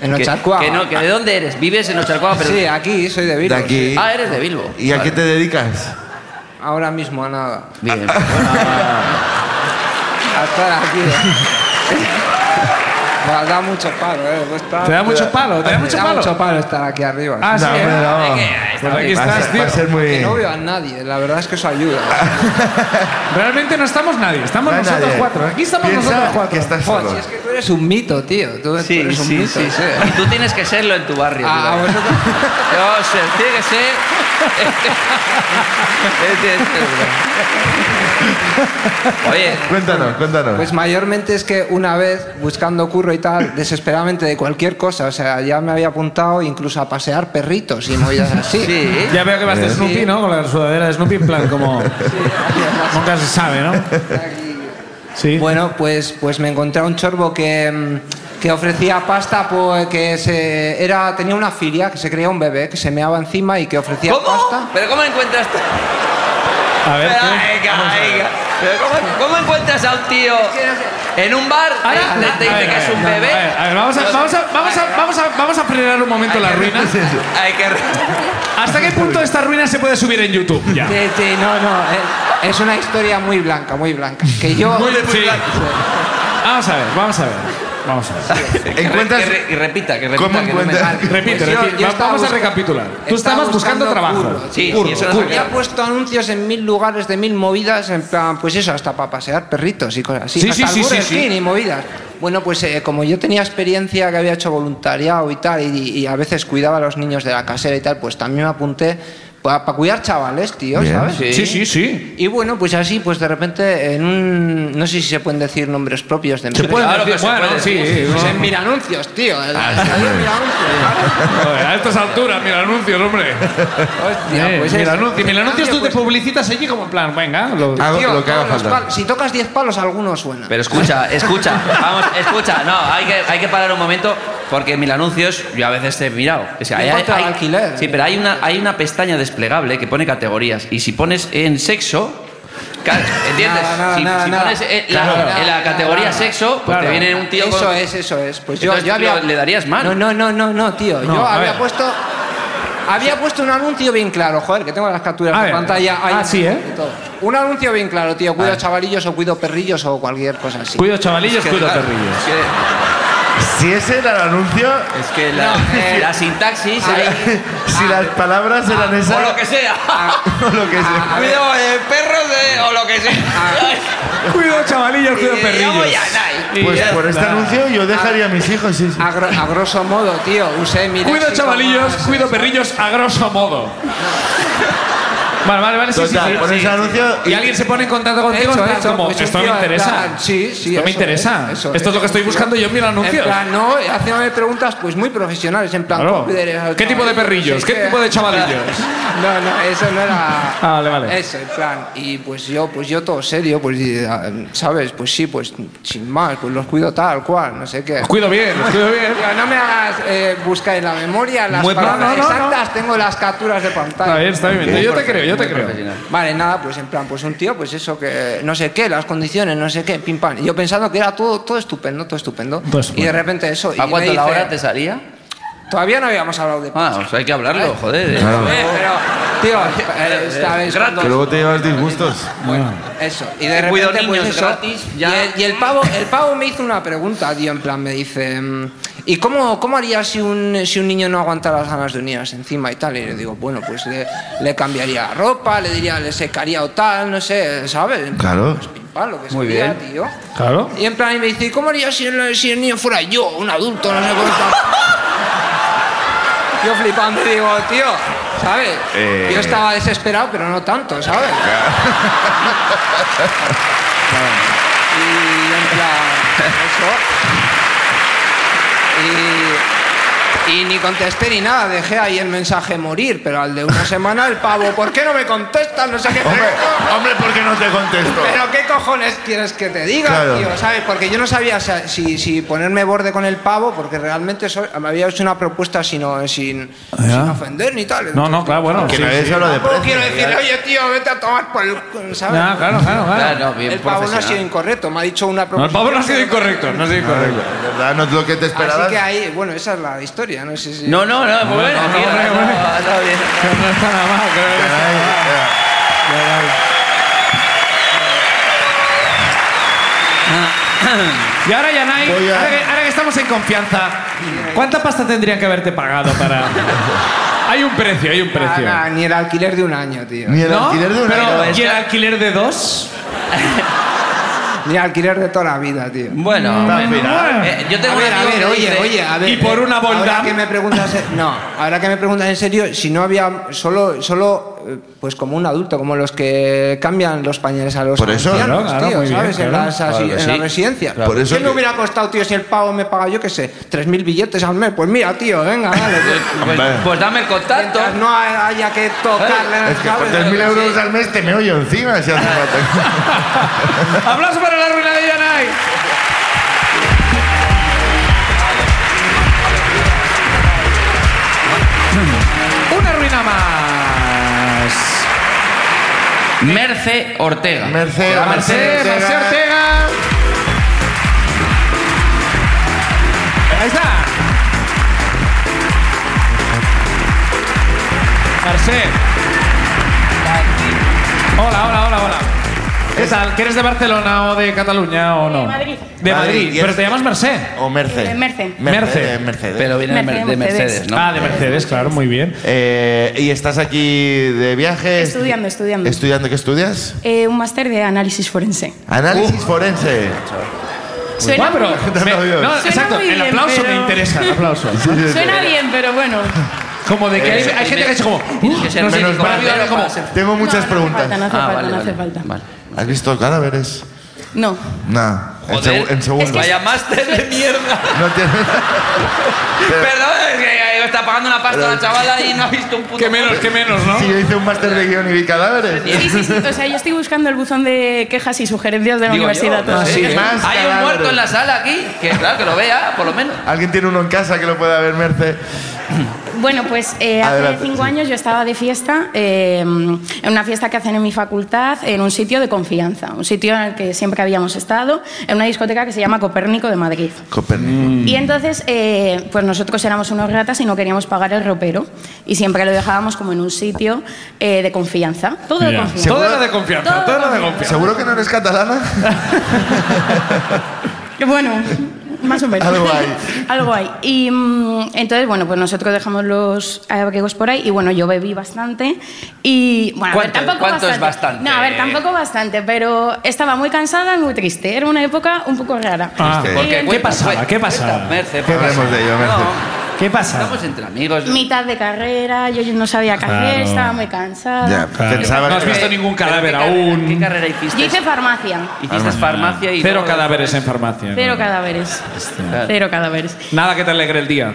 Speaker 5: En
Speaker 3: Que,
Speaker 5: Ocharcuaga.
Speaker 3: que no, que de dónde eres? ¿Vives en Ocharcuaga? Pero...
Speaker 5: Sí, aquí, soy de Bilbao.
Speaker 1: De aquí.
Speaker 5: sí.
Speaker 3: Ah, eres de Bilbo.
Speaker 1: ¿Y a qué te dedicas?
Speaker 5: Ahora mismo a nada.
Speaker 3: Bien. Ah.
Speaker 5: A estar aquí. Me da mucho palo, ¿eh? Cuesta-
Speaker 2: Te da mucho palo, te da mucho palo.
Speaker 5: mucho palo estar aquí arriba.
Speaker 2: Ah, sí.
Speaker 1: No,
Speaker 2: ¿eh?
Speaker 1: hombre, no.
Speaker 2: Pues aquí
Speaker 1: Va a
Speaker 2: estás,
Speaker 1: ser- va a
Speaker 2: tío.
Speaker 1: ser muy...
Speaker 5: Que no veo a nadie, la verdad es que eso ayuda.
Speaker 2: Realmente no estamos nadie, estamos
Speaker 1: No hay
Speaker 2: nosotros
Speaker 1: nadie.
Speaker 2: cuatro. Aquí estamos
Speaker 1: Piensa
Speaker 2: nosotros cuatro.
Speaker 1: que estás
Speaker 5: Joder,
Speaker 1: solo.
Speaker 5: si es que tú eres un mito, tío. Tú, tú
Speaker 3: Sí,
Speaker 5: eres un
Speaker 3: sí,
Speaker 5: mito,
Speaker 3: sí, sí. Y ¿eh? tú tienes que serlo en tu barrio.
Speaker 2: Ah,
Speaker 3: tío.
Speaker 5: A, a
Speaker 2: pues
Speaker 5: vosotros.
Speaker 3: No, se tiene que ser. Este- este- Oye,
Speaker 1: Cuéntanos, cuéntanos.
Speaker 5: Pues mayormente es que una vez, buscando curro y tal, desesperadamente de cualquier cosa, o sea, ya me había apuntado incluso a pasear perritos y movidas así.
Speaker 3: sí.
Speaker 2: Ya veo que vas de
Speaker 1: Sí.
Speaker 2: Snoopy, ¿no? Con la sudadera de Snoopy, en plan como. Nunca se sabe, ¿no? Sí.
Speaker 5: Bueno, pues, pues me encontré a un chorbo que, mm, que ofrecía pasta, pues, que se, era, tenía una filia, que se creía un bebé, que se meaba encima y que ofrecía
Speaker 3: ¿Cómo?
Speaker 5: pasta.
Speaker 3: ¿Pero cómo encuentras tú?
Speaker 2: A ver.
Speaker 3: Pero,
Speaker 2: ¿qué?
Speaker 3: venga, venga. Pero ¿cómo, cómo encuentras a un tío en un bar?
Speaker 2: Ahora-
Speaker 3: te- te
Speaker 2: a
Speaker 3: dice
Speaker 2: ver,
Speaker 3: que
Speaker 2: a
Speaker 3: es
Speaker 2: ver,
Speaker 3: un
Speaker 2: no, A
Speaker 3: bebé.
Speaker 2: ver, a ver, vamos a, vamos a, vamos a, vamos a, vamos a frenar un momento la ruina.
Speaker 3: Hay que.
Speaker 2: ¿Hasta qué punto esta ruina se puede subir en YouTube? Ya.
Speaker 5: Sí, sí, no, no, es, es una historia muy blanca, muy blanca. Que yo...
Speaker 2: Sí. Vamos a ver, vamos a ver. Vamos a ver.
Speaker 1: Encuentras-
Speaker 3: Que re- que repita, que repita.
Speaker 1: ¿Cómo
Speaker 3: que no me-
Speaker 1: encuentras?
Speaker 2: Repite,
Speaker 5: Pues yo-
Speaker 2: repite.
Speaker 5: yo
Speaker 2: Va-
Speaker 5: estaba
Speaker 2: vamos a
Speaker 5: busca-
Speaker 2: recapitular. Tú
Speaker 5: estaba
Speaker 2: estabas buscando,
Speaker 5: buscando
Speaker 2: trabajo.
Speaker 5: curro.
Speaker 3: Sí,
Speaker 2: Curro,
Speaker 3: sí, eso lo
Speaker 2: curro.
Speaker 5: Había puesto anuncios en mil lugares de mil movidas, en plan, pues eso, hasta para pasear perritos y cosas así.
Speaker 2: Sí,
Speaker 5: hasta
Speaker 2: sí,
Speaker 5: el
Speaker 2: sí,
Speaker 5: Burger
Speaker 2: sí, sí.
Speaker 5: King y movidas. Bueno, pues eh, como yo tenía experiencia que había hecho voluntariado y tal, y, y a veces cuidaba a los niños de la casera y tal, pues también me apunté para cuidar chavales, tío,
Speaker 1: Bien.
Speaker 5: ¿sabes?
Speaker 2: Sí, sí, sí.
Speaker 5: Y bueno, pues así, pues de repente, en un. No sé si se pueden decir nombres propios de
Speaker 2: Se puede
Speaker 5: empresas.
Speaker 3: Claro que
Speaker 2: decir,
Speaker 3: se
Speaker 2: bueno,
Speaker 3: puede
Speaker 2: sí.
Speaker 3: decir.
Speaker 2: no.
Speaker 5: Pues en Miranuncios, tío. en la-
Speaker 1: se
Speaker 5: en
Speaker 1: puede.
Speaker 5: Miranuncios.
Speaker 4: Joder, a estas alturas, mira, anuncios, hombre.
Speaker 5: Hostia,
Speaker 2: Eh,
Speaker 5: pues
Speaker 2: mil
Speaker 5: eso.
Speaker 2: anuncios, mil anuncios tú te
Speaker 5: Pues-
Speaker 2: publicitas allí como en plan, venga, lo-
Speaker 1: Hago
Speaker 5: Tío,
Speaker 1: lo que haga
Speaker 5: todos los
Speaker 1: falta.
Speaker 5: palos. Si tocas 10 palos, alguno suena.
Speaker 3: Pero escucha, escucha, vamos, escucha, no, hay que, hay que parar un momento porque en mil anuncios yo a veces te he mirado. O sea,
Speaker 5: Me
Speaker 3: hay,
Speaker 5: encuentro
Speaker 3: hay-
Speaker 5: al alquiler.
Speaker 3: Sí, pero hay una, hay una pestaña desplegable que pone categorías y si pones en sexo, ca- ¿entiendes?
Speaker 5: Nada, nada,
Speaker 3: si,
Speaker 5: nada,
Speaker 3: si
Speaker 5: nada.
Speaker 3: pones en la,
Speaker 5: Claro.
Speaker 3: en la categoría
Speaker 5: Nada.
Speaker 3: sexo, pues te
Speaker 2: Claro.
Speaker 3: viene un tío
Speaker 5: Eso
Speaker 3: con-
Speaker 5: es, eso es. Pues yo,
Speaker 3: Entonces
Speaker 5: yo
Speaker 3: tú
Speaker 5: había.
Speaker 3: lo- le darías mal.
Speaker 5: No, no, no, no, no tío.
Speaker 2: No,
Speaker 5: yo
Speaker 2: a
Speaker 5: había
Speaker 2: ver.
Speaker 5: puesto. Había puesto un anuncio bien claro, joder, que tengo las capturas
Speaker 2: A
Speaker 5: de
Speaker 2: ver.
Speaker 5: pantalla. ahí
Speaker 2: Ah, sí, ¿eh?
Speaker 5: y todo. Un anuncio bien claro, tío. Cuido chavalillos o cuido perrillos o cualquier cosa así.
Speaker 2: Cuido chavalillos, cuido
Speaker 3: claro,
Speaker 2: perrillos.
Speaker 3: Es que,
Speaker 1: Si ese era el anuncio, Ah,
Speaker 3: es que la, eh, la sintaxis...
Speaker 5: Ahí.
Speaker 1: si las palabras eran
Speaker 3: o
Speaker 1: esas,
Speaker 3: lo que sea.
Speaker 2: Ah,
Speaker 3: Ah,
Speaker 1: o lo que sea.
Speaker 3: Cuidado
Speaker 2: eh.
Speaker 3: de perros de- o lo que sea.
Speaker 2: Cuido chavalillos, Ah, cuido
Speaker 3: Y
Speaker 2: perrillos.
Speaker 3: vamos ya, nada, y-
Speaker 1: Pues
Speaker 3: y-
Speaker 1: por este anuncio yo dejaría a mis hijos, sí, sí.
Speaker 5: A, gro- a grosso modo, tío, usé mi.
Speaker 4: Cuido
Speaker 5: léxico
Speaker 4: chavalillos,
Speaker 5: más-
Speaker 4: cuido perrillos a grosso modo.
Speaker 2: Vale, vale, vale. sí, sí,
Speaker 1: Total,
Speaker 2: sí,
Speaker 1: por
Speaker 2: sí,
Speaker 1: ese
Speaker 2: sí.
Speaker 1: anuncio-
Speaker 2: Y alguien se pone en contacto contigo,
Speaker 5: Hecho,
Speaker 2: entonces
Speaker 5: hecho,
Speaker 2: como,
Speaker 5: pues un
Speaker 2: esto me
Speaker 5: tío, en
Speaker 2: interesa.
Speaker 5: plan, sí, sí.
Speaker 2: Esto me
Speaker 5: eso
Speaker 2: interesa.
Speaker 5: es, eso
Speaker 2: Esto es lo que estoy
Speaker 5: tío.
Speaker 2: buscando yo en mil anuncios.
Speaker 5: En plan, no, haciéndome preguntas pues muy profesionales, en plan...
Speaker 2: Claro.
Speaker 5: ¿cómo lideras al
Speaker 2: ¿Qué tipo de
Speaker 5: chaval?
Speaker 2: perrillos?
Speaker 5: Sí,
Speaker 2: ¿Qué
Speaker 5: que-
Speaker 2: tipo de chavalillos?
Speaker 5: No, no, eso no era...
Speaker 2: Ah, Vale, vale.
Speaker 5: Eso, en plan, y pues yo, pues yo todo serio, pues, y, ah, ¿sabes? Pues sí, pues sin más, pues los cuido tal, cual, no sé qué.
Speaker 2: Os cuido bien, os cuido bien.
Speaker 5: Tío, no me hagas eh, buscar en la memoria las
Speaker 2: Muy- no,
Speaker 5: palabras
Speaker 2: no, no, no.
Speaker 5: exactas, tengo las capturas de pantalla.
Speaker 2: Está bien, está bien. Yo te creo, yo te creo.
Speaker 5: Vale, nada, pues en plan, pues un tío, pues eso que no sé qué, las condiciones, no sé qué, pim pam. Y yo pensando que era todo, todo estupendo, todo estupendo. y de repente eso. y
Speaker 3: ¿A
Speaker 5: me
Speaker 3: cuánto la
Speaker 5: dice-
Speaker 3: hora te salía?
Speaker 5: Todavía no habíamos hablado de.
Speaker 3: Ah, o sea, hay que hablarlo,
Speaker 5: Ay.
Speaker 3: joder.
Speaker 5: Eh, pero, tío, eh, ¿sabes?
Speaker 3: Gratis.
Speaker 1: Que luego te llevas disgustos.
Speaker 5: Eso. Y de repente,
Speaker 3: Cuido
Speaker 5: pues
Speaker 3: niños
Speaker 5: eso.
Speaker 3: gratis, ya.
Speaker 5: Y, el, y el pavo, el pavo me hizo una pregunta, tío, en plan, me dice. mm, ¿Y cómo, cómo harías si un, si un niño no aguanta las ganas de unirse encima y tal? Y le digo, bueno, pues le, le cambiaría la ropa, le diría, le secaría o tal, no sé, ¿sabes?
Speaker 1: Claro.
Speaker 5: Pues, pim, pam, lo que
Speaker 3: Muy
Speaker 5: sea,
Speaker 3: bien.
Speaker 5: tío.
Speaker 2: Claro.
Speaker 5: Y en plan, y me dice, ¿y cómo haría si el, si el niño fuera yo, un adulto, no sé cuánto? yo flipando y digo, tío, ¿sabes?
Speaker 1: Eh.
Speaker 5: Yo estaba desesperado, pero no tanto, ¿sabes? y en plan, eso. Y, y ni contesté ni nada, dejé ahí el mensaje morir, pero al de una semana el pavo, ¿por qué no me contestas? No sé qué.
Speaker 1: Hombre, hombre, ¿por qué no te contesto?
Speaker 5: Pero qué cojones quieres que te diga,
Speaker 1: Claro.
Speaker 5: tío, ¿sabes? Porque yo no sabía sa- si, si ponerme borde con el pavo, porque realmente so- me había hecho una propuesta sin, o- sin, sin ofender ni tal.
Speaker 2: Ah, No, no, claro, bueno.
Speaker 1: Que
Speaker 2: sí.
Speaker 1: nadie se habla de
Speaker 5: Tampoco
Speaker 1: precio.
Speaker 5: quiero decirle, oye, tío, vete a tomar por el... cu-", ¿Sabes?
Speaker 2: Ah, claro, claro, claro.
Speaker 3: Claro, bien
Speaker 5: el pavo no ha
Speaker 3: profesional.
Speaker 5: sido incorrecto, me ha dicho una
Speaker 2: No,
Speaker 5: propuesta.
Speaker 2: el pavo no ha sido incorrecto, no ha sido incorrecto.
Speaker 1: Ah, De verdad, no es lo que te
Speaker 5: Así
Speaker 1: esperabas.
Speaker 5: que ahí, bueno, esa es la historia, no sé si...
Speaker 3: No, no, no, pues bueno,
Speaker 2: no,
Speaker 3: tío,
Speaker 2: hombre,
Speaker 3: no,
Speaker 2: hombre.
Speaker 3: no, está bien.
Speaker 2: Pero no está nada mal, creo que está
Speaker 1: Caray,
Speaker 2: nada mal.
Speaker 1: eh,
Speaker 2: Ah. Y ahora, Yanai,
Speaker 1: Voy a-
Speaker 2: ahora, que, ahora que estamos en confianza, ¿cuánta pasta tendrían que haberte pagado para...?
Speaker 4: Hay un precio, hay un
Speaker 5: Nada,
Speaker 4: precio.
Speaker 5: nada, ni el alquiler de un año, tío.
Speaker 1: Ni el
Speaker 2: ¿No?
Speaker 1: alquiler de un
Speaker 2: Pero,
Speaker 1: año.
Speaker 2: ¿Y el alquiler de dos?
Speaker 5: Ni el alquiler de toda la vida, tío.
Speaker 3: Bueno,
Speaker 1: Al
Speaker 3: bueno.
Speaker 1: final.
Speaker 3: Eh, yo
Speaker 5: A
Speaker 3: tengo
Speaker 5: ver,
Speaker 3: un
Speaker 5: a
Speaker 3: amigo
Speaker 5: ver,
Speaker 3: que
Speaker 5: oye,
Speaker 3: dice-
Speaker 5: oye, a ver.
Speaker 2: Y por una
Speaker 5: Ahora
Speaker 2: bolda.
Speaker 5: que me preguntas, en- no, ahora que me preguntas en serio, si no había solo, solo, eh, pues como un adulto, como los que cambian los pañales a los
Speaker 1: Por eso.
Speaker 5: ancianos,
Speaker 2: Claro, claro,
Speaker 5: tío,
Speaker 2: muy bien,
Speaker 5: ¿sabes? en
Speaker 2: claro.
Speaker 5: las, asi-
Speaker 3: Claro que
Speaker 5: en
Speaker 3: sí.
Speaker 5: las residencias.
Speaker 1: Por eso
Speaker 5: ¿Qué me
Speaker 1: que-
Speaker 5: hubiera costado, tío, si el pavo me paga, yo qué sé, 3.000 billetes al mes? Pues mira, tío, venga, dale. tío.
Speaker 3: Pues,
Speaker 1: Hombre.
Speaker 3: pues dame el contacto.
Speaker 5: Mientras no haya que tocarle.
Speaker 1: Es que por
Speaker 5: ¿sabes?
Speaker 1: 3.000 euros al mes te me oyo encima si hace falta.
Speaker 2: ¡Aplauso para la ruina de Yanai! ¡Una ruina más!
Speaker 3: Merce Ortega.
Speaker 1: Merced,
Speaker 2: Mercedes, Mercedes Ortega. Ahí está. Merced. Hola, hola, hola, hola. ¿Qué tal? ¿Que eres de Barcelona o de Cataluña o no?
Speaker 8: De Madrid.
Speaker 2: De
Speaker 1: Madrid,
Speaker 2: Madrid,
Speaker 1: y
Speaker 2: pero
Speaker 1: eres-
Speaker 2: te llamas Merced.
Speaker 1: O Merce.
Speaker 8: Eh, Merce.
Speaker 1: Merce. Mercedes.
Speaker 3: Pero viene de Mer-
Speaker 8: Mercedes,
Speaker 3: de Mercedes,
Speaker 8: Mercedes.
Speaker 3: ¿no?
Speaker 2: Ah, de Mercedes, claro, muy bien.
Speaker 1: Eh, ¿Y estás aquí de viaje?
Speaker 8: Estudiando, estudiando.
Speaker 1: ¿Estudiando qué estudias?
Speaker 8: Eh, un máster de análisis forense.
Speaker 1: Análisis forense.
Speaker 8: Suena,
Speaker 2: Guau, pero
Speaker 1: No,
Speaker 2: me-
Speaker 1: no,
Speaker 2: no,
Speaker 1: Dios.
Speaker 2: exacto,
Speaker 8: Suena muy
Speaker 2: el
Speaker 8: bien,
Speaker 2: aplauso
Speaker 8: pero-
Speaker 2: me interesa, el aplauso.
Speaker 8: suena bien, pero bueno.
Speaker 2: Como de que
Speaker 1: Eh,
Speaker 2: hay, hay gente que es como,
Speaker 3: Tienes que ser
Speaker 2: no sé,
Speaker 3: menos
Speaker 2: como-
Speaker 3: rápido,
Speaker 2: como-
Speaker 3: para ser-
Speaker 1: Tengo muchas
Speaker 8: No, no hace
Speaker 1: preguntas.
Speaker 8: falta, no hace
Speaker 3: Ah,
Speaker 8: falta,
Speaker 3: vale,
Speaker 8: no hace
Speaker 3: vale,
Speaker 8: falta.
Speaker 3: vale.
Speaker 1: ¿Has visto cadáveres?
Speaker 8: No.
Speaker 1: Nah. en
Speaker 3: Joder,
Speaker 1: segu- en, segundos.
Speaker 3: Vaya máster de mierda.
Speaker 1: No tiene-
Speaker 3: Perdón, es que eh, está pagando una pasta a la chavala y no ha visto un puto.
Speaker 4: Que menos, que menos, ¿no?
Speaker 1: Si yo hice un máster de guión y vi cadáveres.
Speaker 8: Sí, sí, sí. O sea, yo estoy buscando el buzón de quejas y sugerencias de la
Speaker 3: Digo yo,
Speaker 8: universidad.
Speaker 3: no sé.
Speaker 1: Ah, Sí, más
Speaker 3: Hay un
Speaker 1: cadáveres.
Speaker 3: muerto en la sala aquí, que claro, que lo vea, por lo menos.
Speaker 1: ¿Alguien tiene uno en casa que lo pueda ver, Merce?
Speaker 8: Bueno, pues eh, hace
Speaker 1: Adelante,
Speaker 8: cinco
Speaker 1: sí.
Speaker 8: años yo estaba de fiesta, eh, en una fiesta que hacen en mi facultad, en un sitio de confianza, un sitio en el que siempre habíamos estado, en una discoteca que se llama Copérnico de Madrid.
Speaker 1: Copérnico.
Speaker 8: Y entonces, eh, pues nosotros éramos unos ratas y no queríamos pagar el ropero y siempre lo dejábamos como en un sitio eh, de confianza. Todo de
Speaker 4: Ya.
Speaker 8: confianza.
Speaker 2: Todo era de confianza,
Speaker 8: Todo
Speaker 2: todo era de confianza.
Speaker 1: ¿Seguro que no eres catalana?
Speaker 8: Que Bueno, más o menos.
Speaker 1: Algo hay.
Speaker 8: Algo hay. Y mm, entonces, bueno, pues nosotros dejamos los abrigos por ahí y bueno, yo bebí bastante y bueno, a ver,
Speaker 3: ¿Cuánto-
Speaker 8: tampoco
Speaker 3: cuánto es bastante?
Speaker 8: No, a ver, tampoco bastante, pero estaba muy cansada y muy triste. Era una época un poco rara.
Speaker 2: Ah,
Speaker 1: Triste.
Speaker 8: Y
Speaker 3: Porque
Speaker 8: en
Speaker 2: ¿Qué
Speaker 3: cuenta,
Speaker 2: pasaba?
Speaker 3: cuenta,
Speaker 2: ¿Qué pasaba?
Speaker 3: cuenta, Merce,
Speaker 1: ¿Qué
Speaker 3: pasa?
Speaker 1: hablemos de ello, Merce?
Speaker 3: No,
Speaker 2: ¿Qué pasa?
Speaker 3: estamos entre amigos.
Speaker 8: mitad de carrera, yo no sabía qué hacer,
Speaker 4: pues- Claro.
Speaker 8: estaba muy cansada.
Speaker 1: Ya,
Speaker 4: Claro.
Speaker 1: pensaba
Speaker 4: No has
Speaker 1: que-
Speaker 4: visto ningún
Speaker 3: Pero
Speaker 4: cadáver
Speaker 3: ¿qué carrera-
Speaker 4: aún.
Speaker 3: ¿Qué carrera hiciste?
Speaker 8: Yo hice farmacia,
Speaker 3: Hiciste farmacia y...
Speaker 4: Cero
Speaker 3: luego-
Speaker 4: cadáveres en farmacia.
Speaker 8: cero cadáveres. Cero cadáveres.
Speaker 4: Nada que te alegre el día.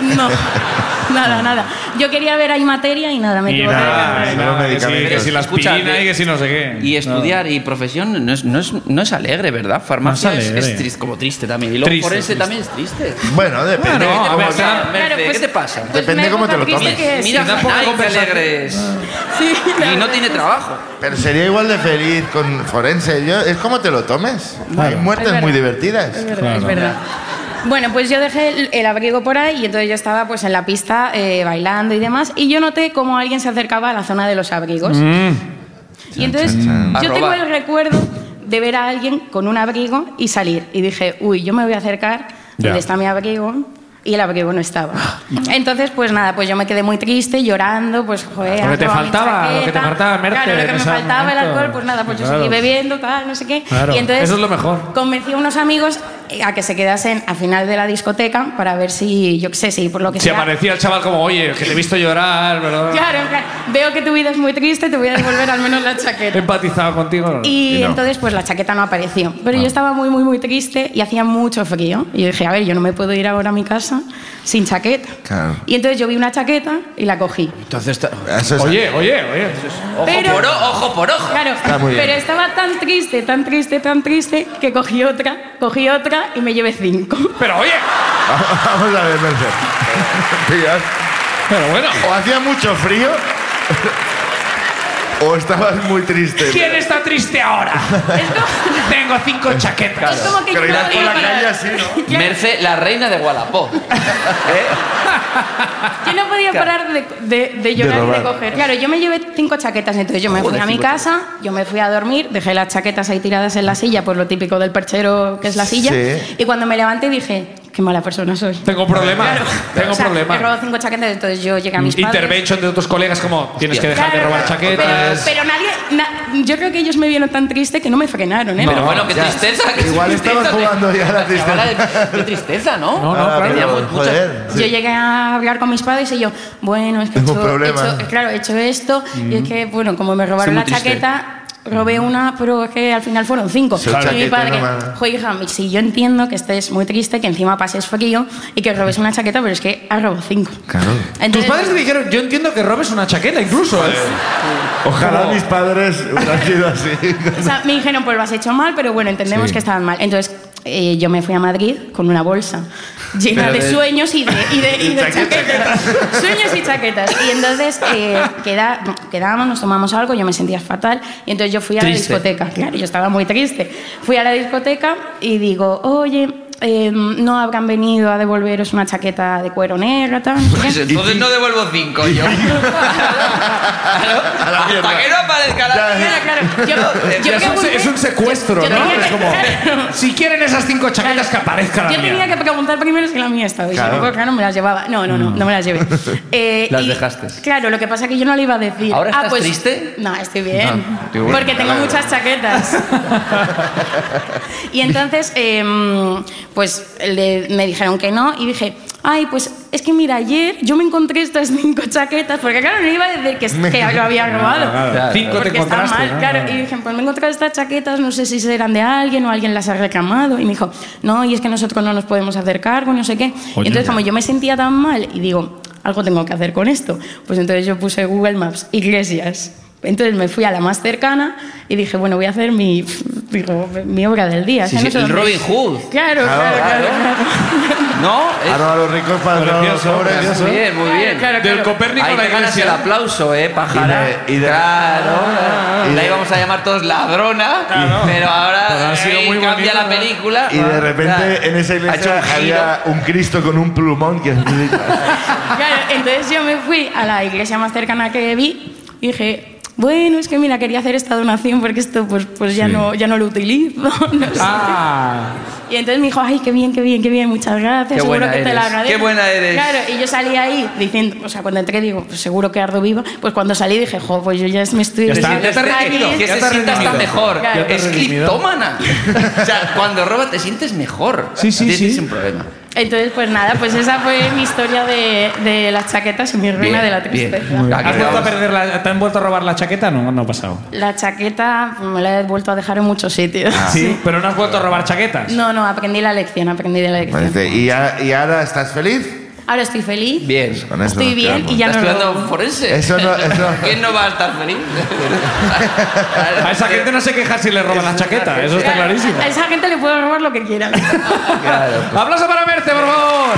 Speaker 8: No, nada, nada. Yo quería ver ahí materia y nada, me
Speaker 4: Y
Speaker 8: equivoqué de
Speaker 1: nada,
Speaker 8: carrera.
Speaker 1: y nada.
Speaker 4: que sí, que si la
Speaker 3: Escucha,
Speaker 4: aspirina
Speaker 3: de-
Speaker 4: y que si no sé qué.
Speaker 3: Y estudiar y profesión no es, no es, no es alegre, ¿verdad? Farmacia es- es,
Speaker 4: alegre.
Speaker 3: triste, como triste también. Y luego
Speaker 4: Triste,
Speaker 3: por ese
Speaker 4: triste.
Speaker 3: también es
Speaker 4: Mm.
Speaker 3: triste.
Speaker 1: Bueno, depende.
Speaker 4: Bueno, a ver,
Speaker 3: pasa,
Speaker 4: claro,
Speaker 3: Merce?
Speaker 8: Claro, pues-
Speaker 3: ¿Qué te pasa?
Speaker 8: pues
Speaker 1: Depende
Speaker 8: me
Speaker 1: cómo te lo
Speaker 8: toca triste
Speaker 1: tomes.
Speaker 8: que es.
Speaker 3: Mira,
Speaker 4: da poca
Speaker 3: Fanay, qué
Speaker 4: conversación.
Speaker 3: alegre es.
Speaker 8: Sí, la
Speaker 3: Y no
Speaker 8: verdad
Speaker 3: tiene
Speaker 8: es que
Speaker 3: trabajo.
Speaker 1: Pero sería igual de feliz con Forense. Yo, es como te lo tomes. Hay muertes
Speaker 8: Es
Speaker 1: muy
Speaker 8: verdad.
Speaker 1: divertidas.
Speaker 8: Es verdad, es verdad. Bueno, pues yo dejé el, el abrigo por ahí y entonces yo estaba pues en la pista eh, bailando y demás y yo noté como alguien se acercaba a la zona de los abrigos.
Speaker 4: Mm.
Speaker 8: Y entonces
Speaker 3: chan.
Speaker 8: yo
Speaker 3: A
Speaker 8: tengo
Speaker 3: robar.
Speaker 8: el recuerdo de ver a alguien con un abrigo y salir y dije, uy, yo me voy a acercar
Speaker 4: Ya.
Speaker 8: donde está mi abrigo. Y el abrigo no estaba. Entonces, pues nada, pues yo me quedé muy triste, llorando, pues joder.
Speaker 4: Lo que te
Speaker 8: has robado mi
Speaker 4: faltaba, lo que te
Speaker 8: chaqueta.
Speaker 4: faltaba, Merce,
Speaker 8: Claro, lo que
Speaker 4: en
Speaker 8: me
Speaker 4: ese
Speaker 8: faltaba el
Speaker 4: momento.
Speaker 8: alcohol, pues nada, pues yo
Speaker 4: Claro.
Speaker 8: seguí bebiendo, tal, no sé qué.
Speaker 4: Claro,
Speaker 8: Y entonces,
Speaker 4: eso es lo mejor.
Speaker 8: Convencí a unos amigos eh, a que se quedasen al final de la discoteca para ver si, yo qué sé, si por lo que
Speaker 4: Si
Speaker 8: sea.
Speaker 4: aparecía el chaval como, oye, que te he visto llorar, ¿verdad?
Speaker 8: Claro, en plan, veo que tu vida es muy triste, te voy a devolver al menos la chaqueta.
Speaker 4: He empatizado contigo.
Speaker 8: Y,
Speaker 1: Y no. Ah.
Speaker 8: entonces, pues la chaqueta no apareció. Pero yo estaba muy, muy, muy triste y hacía mucho frío. Y yo dije, a ver, yo no me puedo ir ahora a mi casa sin chaqueta.
Speaker 1: Claro.
Speaker 8: Y entonces yo vi una chaqueta y la cogí.
Speaker 3: Entonces, ta-
Speaker 1: Eso es-
Speaker 4: Oye, oye, oye.
Speaker 3: ojo
Speaker 8: Pero-
Speaker 3: por ojo, ojo por ojo.
Speaker 8: Claro,
Speaker 1: Está muy bien.
Speaker 8: pero estaba tan triste, tan triste, tan triste que cogí otra, cogí otra y me llevé cinco.
Speaker 4: Pero oye,
Speaker 1: Vamos a ver, Merce. Pillas.
Speaker 4: pero bueno.
Speaker 1: o hacía mucho frío o estabas muy triste.
Speaker 4: ¿Quién está triste ahora?
Speaker 8: Es como-
Speaker 4: Tengo cinco chaquetas.
Speaker 8: Es como que yo
Speaker 1: Pero
Speaker 8: no
Speaker 1: irás
Speaker 8: podía
Speaker 1: por la
Speaker 8: parar.
Speaker 1: calle así, ¿no?
Speaker 3: Merce, la reina de Gualapó.
Speaker 8: Yo no podía parar de, de- de
Speaker 1: De
Speaker 8: llorar y
Speaker 1: robar.
Speaker 8: de coger. Claro, yo me llevé cinco chaquetas, entonces yo me
Speaker 3: Joder,
Speaker 8: fui a mi
Speaker 3: cinco
Speaker 8: casa, yo me fui a dormir, dejé las chaquetas ahí tiradas en la silla, pues lo típico del perchero que es la silla.
Speaker 1: Sí.
Speaker 8: Y cuando me levanté dije, qué mala persona soy.
Speaker 4: Tengo problemas. Tengo
Speaker 8: O sea, Me
Speaker 4: problemas.
Speaker 8: robó cinco chaquetas, entonces yo llegué a mis padres.
Speaker 4: Intervention de otros colegas como, tienes que dejar de
Speaker 8: Claro,
Speaker 4: robar chaquetas.
Speaker 8: Pero, pero nadie. na- yo creo que ellos me vieron tan triste que no me frenaron, ¿eh?
Speaker 3: Pero bueno, qué tristeza. qué
Speaker 1: Igual
Speaker 3: tristeza
Speaker 1: estabas
Speaker 3: que-
Speaker 1: jugando ya a la
Speaker 3: chavala,
Speaker 1: tristeza.
Speaker 3: Qué tristeza, ¿no?
Speaker 4: No, no,
Speaker 1: Ah,
Speaker 4: claro.
Speaker 1: pero,
Speaker 3: Teníamos muchas-
Speaker 1: joder. sí.
Speaker 8: Yo llegué a hablar con mis padres y yo, bueno, es que
Speaker 1: Tengo
Speaker 8: he
Speaker 1: un
Speaker 8: hecho- he
Speaker 1: problema.
Speaker 8: hecho- claro, he hecho esto y es que, bueno, como me robaron
Speaker 3: Soy muy
Speaker 8: la
Speaker 3: triste.
Speaker 8: chaqueta, robé una, pero es que al final fueron cinco.
Speaker 1: Soy
Speaker 8: Y mi
Speaker 1: chaqueta,
Speaker 8: padre,
Speaker 1: no mames.
Speaker 8: joder, hija, si yo entiendo que estés muy triste, que encima pases frío y que robes una chaqueta, pero es que has robado cinco.
Speaker 1: Claro.
Speaker 4: Tus
Speaker 8: Entonces-
Speaker 4: padres te dijeron, yo entiendo que robes una chaqueta incluso. ¿eh?".
Speaker 1: Ojalá
Speaker 4: Como-
Speaker 1: mis padres hubieran sido así.
Speaker 8: O sea, me dijeron, pues lo has hecho mal, pero bueno, entendemos
Speaker 1: Sí.
Speaker 8: que estaban mal. Entonces, eh, yo me fui a Madrid con una bolsa llena
Speaker 1: Pero
Speaker 8: de,
Speaker 1: de-
Speaker 8: sueños y de, y de- y de
Speaker 1: Chaqueta,
Speaker 8: chaquetas. Sueños y chaquetas. Y entonces eh, queda- quedábamos, nos tomamos algo, yo me sentía fatal. Y entonces yo fui a
Speaker 3: Triste.
Speaker 8: la discoteca. Claro, yo estaba muy triste. Fui a la discoteca y digo, oye. eh, no habrán venido a devolveros una chaqueta de cuero negra, tal. no sé qué".
Speaker 3: Pues entonces no devuelvo cinco yo.
Speaker 1: A la
Speaker 3: Hasta
Speaker 1: mierda.
Speaker 3: que no aparezca la
Speaker 8: Claro, claro. Yo,
Speaker 4: Es un,
Speaker 8: yo
Speaker 4: se-
Speaker 8: pregunté-
Speaker 4: es un secuestro,
Speaker 8: yo- yo
Speaker 4: ¿no?
Speaker 8: tenía que-
Speaker 4: Es como, si quieren esas cinco chaquetas, que aparezca la
Speaker 8: Yo
Speaker 4: mía".
Speaker 8: tenía que preguntar primero si la mía estaba. Y
Speaker 1: Claro.
Speaker 8: claro. claro, me las llevaba. No, no, no, no me las llevé. Eh,
Speaker 3: Mm. Las dejaste.
Speaker 8: Claro, lo que pasa es que yo no le iba a decir.
Speaker 3: ¿Ahora
Speaker 8: "Ah,
Speaker 3: estás
Speaker 8: pues,
Speaker 3: triste?
Speaker 8: No, estoy bien.
Speaker 3: Ah, digo, bueno,
Speaker 8: porque tengo muchas chaquetas. y entonces, eh, pues le- me dijeron que no y dije. Ay, pues es que mira, ayer yo me encontré estas cinco chaquetas, porque claro, no iba a decir que, que lo había robado.
Speaker 4: Claro. Cinco te
Speaker 8: Porque está
Speaker 4: encontraste.
Speaker 8: mal,
Speaker 4: ¿no?
Speaker 8: claro. Y dije, pues me he encontrado estas chaquetas, no sé si serán de alguien o alguien las ha reclamado. Y me dijo, no, y es que nosotros no nos podemos hacer cargo, no sé qué. Y entonces, como yo me sentía tan mal y digo, algo tengo que hacer con esto, pues entonces yo puse Google Maps, iglesias. Entonces me fui a la más cercana y dije, bueno, voy a hacer mi, digo, mi obra del día.
Speaker 3: Sí,
Speaker 8: O sea, no
Speaker 3: sí,
Speaker 8: sé
Speaker 3: el
Speaker 8: dónde-
Speaker 3: Robin Hood.
Speaker 8: Claro, claro, claro.
Speaker 3: claro.
Speaker 8: claro.
Speaker 3: No,
Speaker 1: Ah, no, a los ricos para los
Speaker 4: Precioso,
Speaker 1: pobres.
Speaker 4: precioso.
Speaker 3: muy bien, muy bien.
Speaker 8: Claro,
Speaker 4: Del
Speaker 8: claro.
Speaker 4: Copérnico a
Speaker 3: Ahí
Speaker 4: la
Speaker 3: te ganas el
Speaker 4: iglesia.
Speaker 3: aplauso, ¿eh, pájara?
Speaker 1: Y de- y de-
Speaker 3: claro.
Speaker 1: Y de-
Speaker 3: la íbamos a llamar todos ladrona, pero ahora
Speaker 4: Pero ha sido
Speaker 3: eh,
Speaker 4: muy
Speaker 3: cambia
Speaker 4: bonito,
Speaker 3: la
Speaker 4: ¿no?
Speaker 3: película.
Speaker 1: Y de
Speaker 8: Ah,
Speaker 3: Claro.
Speaker 1: repente en esa
Speaker 3: Ha hecho
Speaker 1: iglesia
Speaker 3: un giro.
Speaker 1: había un Cristo con un plumón que
Speaker 8: Claro, entonces yo me fui a la iglesia más cercana que vi y dije, bueno, es que mira, quería hacer esta donación porque esto pues, pues ya,
Speaker 9: Sí.
Speaker 8: no, ya no lo utilizo. no sé.
Speaker 2: Ah.
Speaker 8: Y entonces me dijo, ay, qué bien, qué bien, qué bien, muchas gracias,
Speaker 3: Qué
Speaker 8: seguro
Speaker 3: buena
Speaker 8: que te la
Speaker 3: eres,
Speaker 8: agradezco.
Speaker 3: qué buena eres.
Speaker 8: Claro, y yo salí ahí diciendo, o sea, cuando entré digo, pues seguro que ardo viva, pues cuando salí dije, jo, pues yo ya me estoy...
Speaker 2: Ya está, ya te has redimido,
Speaker 3: Que
Speaker 2: ya
Speaker 3: te
Speaker 2: te has
Speaker 3: sientas tan
Speaker 2: redimido.
Speaker 3: mejor.
Speaker 8: Ya te
Speaker 2: has
Speaker 3: Es
Speaker 2: redimido.
Speaker 3: criptómana. o sea, cuando roba te sientes mejor.
Speaker 2: Sí, sí,
Speaker 3: Tienes
Speaker 2: sí.
Speaker 3: un problema.
Speaker 8: Entonces, pues nada, pues esa fue mi historia de, de las chaquetas y mi ruina
Speaker 3: Bien,
Speaker 8: de la
Speaker 3: bien.
Speaker 8: tristeza.
Speaker 3: Ah, que
Speaker 2: ¿Has vuelto a
Speaker 3: vamos.
Speaker 2: perder la- ¿Te han vuelto a robar la chaqueta? No, no ha pasado.
Speaker 8: La chaqueta me la he vuelto a dejar en muchos sitios.
Speaker 2: Ah. Sí, pero no has vuelto a robar chaquetas.
Speaker 8: No, no, aprendí la lección, aprendí la lección.
Speaker 1: Parece- ¿Y, a- y ahora estás feliz? Pues
Speaker 8: Ahora estoy feliz,
Speaker 3: Bien.
Speaker 1: Con eso
Speaker 8: estoy
Speaker 1: nos
Speaker 8: bien
Speaker 1: quedamos.
Speaker 8: y ya
Speaker 3: ¿Estás
Speaker 8: no
Speaker 3: estudiando
Speaker 8: robo.
Speaker 3: forense?
Speaker 1: Eso no- eso-
Speaker 3: ¿Quién no va a estar feliz?
Speaker 2: A esa gente no se queja si le roban la chaqueta, eso está clarísimo.
Speaker 8: A esa gente le puedo robar lo que quiera.
Speaker 2: ¡Aplauso para Merte, por favor!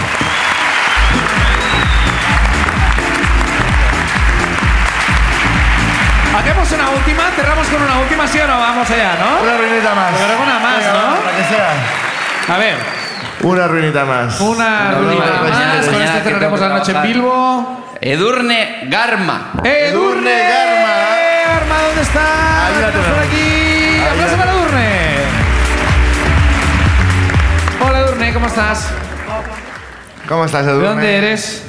Speaker 2: Hacemos una última, cerramos con una última, sí o no, vamos allá, ¿no?
Speaker 1: Una ruinita más.
Speaker 2: Pero una más,
Speaker 1: Venga,
Speaker 2: ¿no?
Speaker 1: va, La que sea.
Speaker 2: A ver,
Speaker 1: Una ruinita más.
Speaker 2: una
Speaker 3: No, no,
Speaker 2: ruinita
Speaker 3: no, no,
Speaker 2: más,
Speaker 3: no,
Speaker 2: con
Speaker 3: no,
Speaker 2: este
Speaker 3: que
Speaker 2: cerraremos la
Speaker 3: tengo que
Speaker 2: noche en
Speaker 3: trabajar.
Speaker 2: Bilbo.
Speaker 3: Edurne Garma.
Speaker 2: ¡Edurne!
Speaker 1: Garma.
Speaker 2: Garma, ¿dónde está?
Speaker 1: Ahí la
Speaker 2: Tenemos por
Speaker 1: tenemos.
Speaker 2: aquí!
Speaker 1: la
Speaker 2: ¡Aplauso para Edurne! Hola, Edurne, ¿cómo estás?
Speaker 1: ¿Cómo estás, Edu?
Speaker 2: ¿De dónde eres?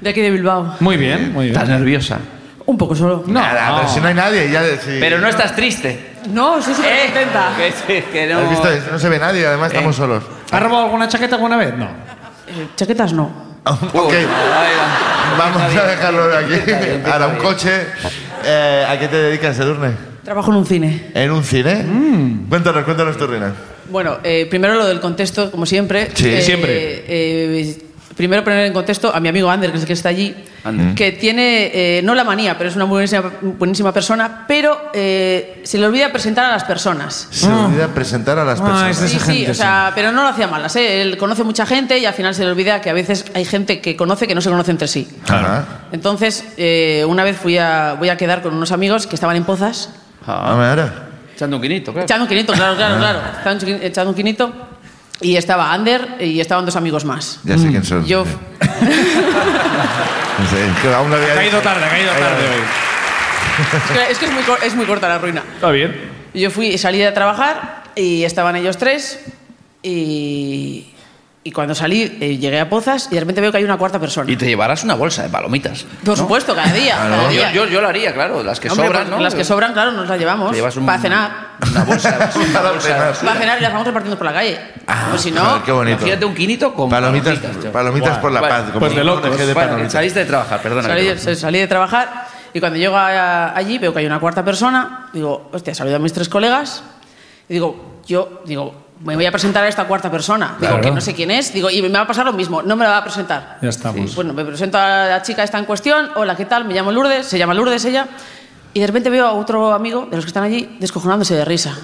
Speaker 9: De aquí de Bilbao.
Speaker 2: Muy bien, muy bien.
Speaker 3: Estás nerviosa.
Speaker 9: Un poco solo.
Speaker 2: No,
Speaker 1: Nada, pero si no hay nadie, ya de- si-
Speaker 3: Pero no estás triste.
Speaker 9: No, soy súper contenta.
Speaker 3: Eh, Que sí, que no.
Speaker 1: ¿Has visto? No se ve nadie, además estamos solos.
Speaker 2: ¿Has Eh, robado alguna chaqueta alguna vez? No.
Speaker 9: Eh, chaquetas no.
Speaker 1: Ok,
Speaker 3: Ahí va.
Speaker 1: vamos a dejarlo de
Speaker 3: Está bien,
Speaker 1: aquí.
Speaker 3: está
Speaker 1: Ahora, un
Speaker 3: bien.
Speaker 1: coche. Eh, ¿A qué te dedicas, Edurne?
Speaker 9: Trabajo en un cine.
Speaker 1: ¿En un cine?
Speaker 2: Mm.
Speaker 1: Cuéntanos, cuéntanos tu ruina.
Speaker 9: Bueno, eh, primero lo del contexto, como siempre.
Speaker 1: Sí,
Speaker 9: Eh,
Speaker 2: siempre.
Speaker 9: eh, primero poner en contexto a mi amigo Ander, que es el que está allí,
Speaker 4: Mm.
Speaker 9: que tiene, eh, no la manía, pero es una buenísima, buenísima persona, pero eh, se le olvida presentar a las personas.
Speaker 1: Se olvida presentar a las
Speaker 2: Ah,
Speaker 1: personas.
Speaker 2: es de-
Speaker 9: Sí,
Speaker 2: Esa
Speaker 9: sí,
Speaker 2: gente,
Speaker 9: o sea, pero no lo hacía malas, ¿eh? Él conoce mucha gente y al final se le olvida que a veces hay gente que conoce que no se conoce entre sí.
Speaker 1: Ajá.
Speaker 9: Entonces, eh, una vez fui a, voy a quedar con unos amigos que estaban en Pozas,
Speaker 1: Ah,
Speaker 3: Ah,
Speaker 1: mira.
Speaker 3: Echando un quinito, claro. Ah.
Speaker 9: echando un quinito, claro, claro, claro, estaban chi- echando un quinito, y estaba Ander y estaban dos amigos más.
Speaker 1: Ya
Speaker 2: Mm.
Speaker 1: sé quién son.
Speaker 9: Yo,
Speaker 1: Sí. Sí, que aún no había
Speaker 2: Ha caído
Speaker 1: dicho.
Speaker 2: tarde, ha caído tarde hoy.
Speaker 9: es que es, que es muy, cor- es muy corta la ruina.
Speaker 2: Está bien.
Speaker 9: Yo fui, salí de trabajar y estaban ellos tres, y, y cuando salí eh, llegué a Pozas y de repente veo que hay una cuarta persona.
Speaker 3: Y te llevarás una bolsa de palomitas.
Speaker 9: Por supuesto, cada día. cada
Speaker 3: Yo,
Speaker 9: día.
Speaker 3: yo, yo lo haría, claro. Las que
Speaker 9: Hombre,
Speaker 3: sobran,
Speaker 9: pues,
Speaker 3: ¿no?
Speaker 9: Las que sobran, claro, nos las llevamos.
Speaker 3: Te llevas un-
Speaker 9: Para cenar.
Speaker 3: Una bolsa. de basura,
Speaker 1: Para
Speaker 3: una bolsa de
Speaker 1: cenar.
Speaker 3: basura.
Speaker 9: Para cenar y las vamos repartiendo por la calle.
Speaker 3: Ah,
Speaker 9: pues si no.
Speaker 1: Joder, Qué bonito.
Speaker 3: Imagínate un quinito con
Speaker 1: Palomitas,
Speaker 3: tío.
Speaker 1: palomitas por la
Speaker 3: Bueno,
Speaker 1: paz. como
Speaker 2: pues de
Speaker 1: un
Speaker 2: locos.
Speaker 1: ONG de
Speaker 3: Bueno,
Speaker 1: palomitas.
Speaker 3: saliste de trabajar, perdona.
Speaker 9: Salí, sal- salí de trabajar y cuando llego a- allí veo que hay una cuarta persona. Digo, hostia, saludo a mis tres colegas. Y digo, yo, digo, me voy a presentar a esta cuarta persona. Digo,
Speaker 2: Claro.
Speaker 9: que no sé quién es. Digo, y me va a pasar lo mismo, no me la va a presentar.
Speaker 2: Ya estamos.
Speaker 9: Bueno, me presento a la chica esta en cuestión. Hola, ¿qué tal? Me llamo Lourdes, se llama Lourdes ella. Y de repente veo a otro amigo de los que están allí descojonándose de risa.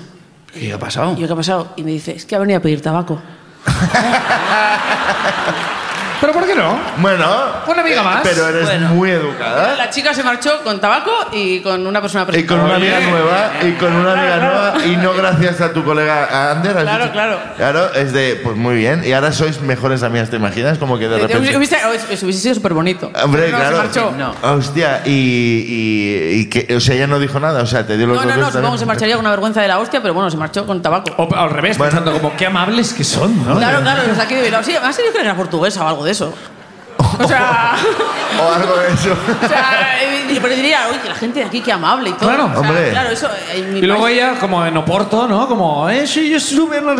Speaker 3: ¿Qué ha pasado?
Speaker 9: Y yo, ¿qué ha pasado? Y me dice, es que ha venido a pedir tabaco.
Speaker 2: ¿Pero por qué no?
Speaker 1: Bueno,
Speaker 2: Una amiga más.
Speaker 1: pero eres
Speaker 3: Bueno.
Speaker 1: muy educada.
Speaker 9: La chica se marchó con tabaco y con una persona
Speaker 1: Y con una
Speaker 9: presentadora.
Speaker 1: amiga nueva, y con una amiga nueva, y no gracias a tu colega a Ander. ¿has
Speaker 9: Claro,
Speaker 1: dicho?
Speaker 9: claro.
Speaker 1: Claro, es de, pues muy bien. Y ahora sois mejores amigas, ¿te imaginas? Como que de
Speaker 9: Eh,
Speaker 1: repente.
Speaker 9: hubiese- hubiese hubiese sido súper bonito.
Speaker 1: Hombre, claro. Ah,
Speaker 9: Se marchó.
Speaker 3: No.
Speaker 1: Hostia, y, y, y que, o sea, ella no dijo nada, o sea, te dio los
Speaker 9: No, no,
Speaker 1: dos
Speaker 9: no,
Speaker 1: besos
Speaker 9: supongo que se
Speaker 1: también.
Speaker 9: marcharía con una vergüenza de la hostia, pero bueno, se marchó con tabaco.
Speaker 2: O al revés,
Speaker 1: Bueno.
Speaker 2: pensando como qué amables que son, ¿no?
Speaker 9: Claro, claro, los de aquí de Bilbao. Sí, además yo creo que era portuguesa o algo de eso. O sea,
Speaker 1: O algo de eso.
Speaker 9: o sea eh, pero diría, uy, que la gente de aquí qué amable y todo.
Speaker 2: Claro.
Speaker 9: O sea,
Speaker 1: Hombre.
Speaker 9: Claro, eso. eh, en mi
Speaker 2: Y luego
Speaker 9: país-
Speaker 2: ella, como en Oporto, ¿no? Como, eh, sí, yo sube en
Speaker 1: Ah,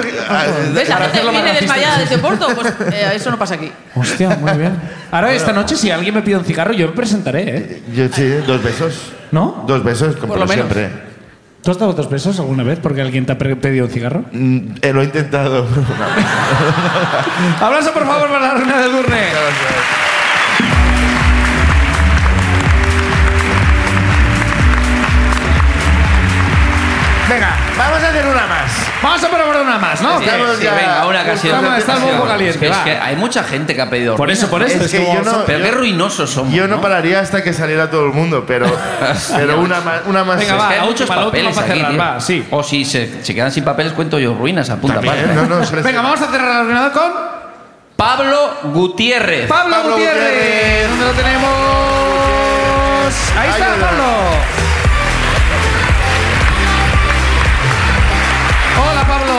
Speaker 2: el...
Speaker 9: ¿Ves? La gente
Speaker 2: para hacerlo más
Speaker 9: viene
Speaker 2: racista.
Speaker 9: desmayada desde Porto, pues eh, eso no pasa aquí.
Speaker 2: Hostia, muy bien. Ahora esta noche, si alguien me pide un cigarro, yo me presentaré, ¿eh?
Speaker 1: Yo sí, dos besos.
Speaker 2: ¿No?
Speaker 1: Dos besos, como
Speaker 9: Por lo menos.
Speaker 1: siempre.
Speaker 2: ¿Tú has dado dos besos alguna vez porque alguien te ha pre- pedido un cigarro?
Speaker 1: Mm, eh, lo he intentado.
Speaker 2: Abrazo, por favor, para la reina de Durne.
Speaker 1: Venga, vamos a hacer una más.
Speaker 2: Vamos a probar una más, ¿no?
Speaker 3: Sí,
Speaker 1: Estamos
Speaker 3: sí,
Speaker 1: ya-
Speaker 3: venga, una casi.
Speaker 2: Estamos-
Speaker 3: otra
Speaker 2: estamos un
Speaker 3: ocasión.
Speaker 2: poco calientes,
Speaker 3: Es que
Speaker 2: va.
Speaker 3: hay mucha gente que ha pedido.
Speaker 2: Por eso, por eso.
Speaker 1: Es que yo
Speaker 2: como-
Speaker 1: no-
Speaker 3: Pero qué ruinosos somos.
Speaker 1: Yo no
Speaker 3: ¿no?
Speaker 1: pararía hasta que saliera todo el mundo, pero, pero una más. Una más
Speaker 2: Venga,
Speaker 1: sí.
Speaker 2: va,
Speaker 3: Es que hay
Speaker 2: la
Speaker 3: muchos
Speaker 2: última, la última
Speaker 3: papeles
Speaker 2: para
Speaker 3: aquí,
Speaker 2: cerrar,
Speaker 3: tío. Oh,
Speaker 2: va, sí.
Speaker 3: O si se, se quedan sin papeles, cuento yo ruinas a punta
Speaker 1: También,
Speaker 3: parte.
Speaker 1: no, no, se les-
Speaker 2: Venga, vamos a cerrar la reunión con...
Speaker 3: Pablo Gutiérrez.
Speaker 2: Pablo,
Speaker 1: Pablo
Speaker 2: Gutiérrez.
Speaker 1: Gutiérrez.
Speaker 2: ¿Dónde lo tenemos? Ahí está,
Speaker 1: Ayuda.
Speaker 2: Pablo. Hola, Pablo.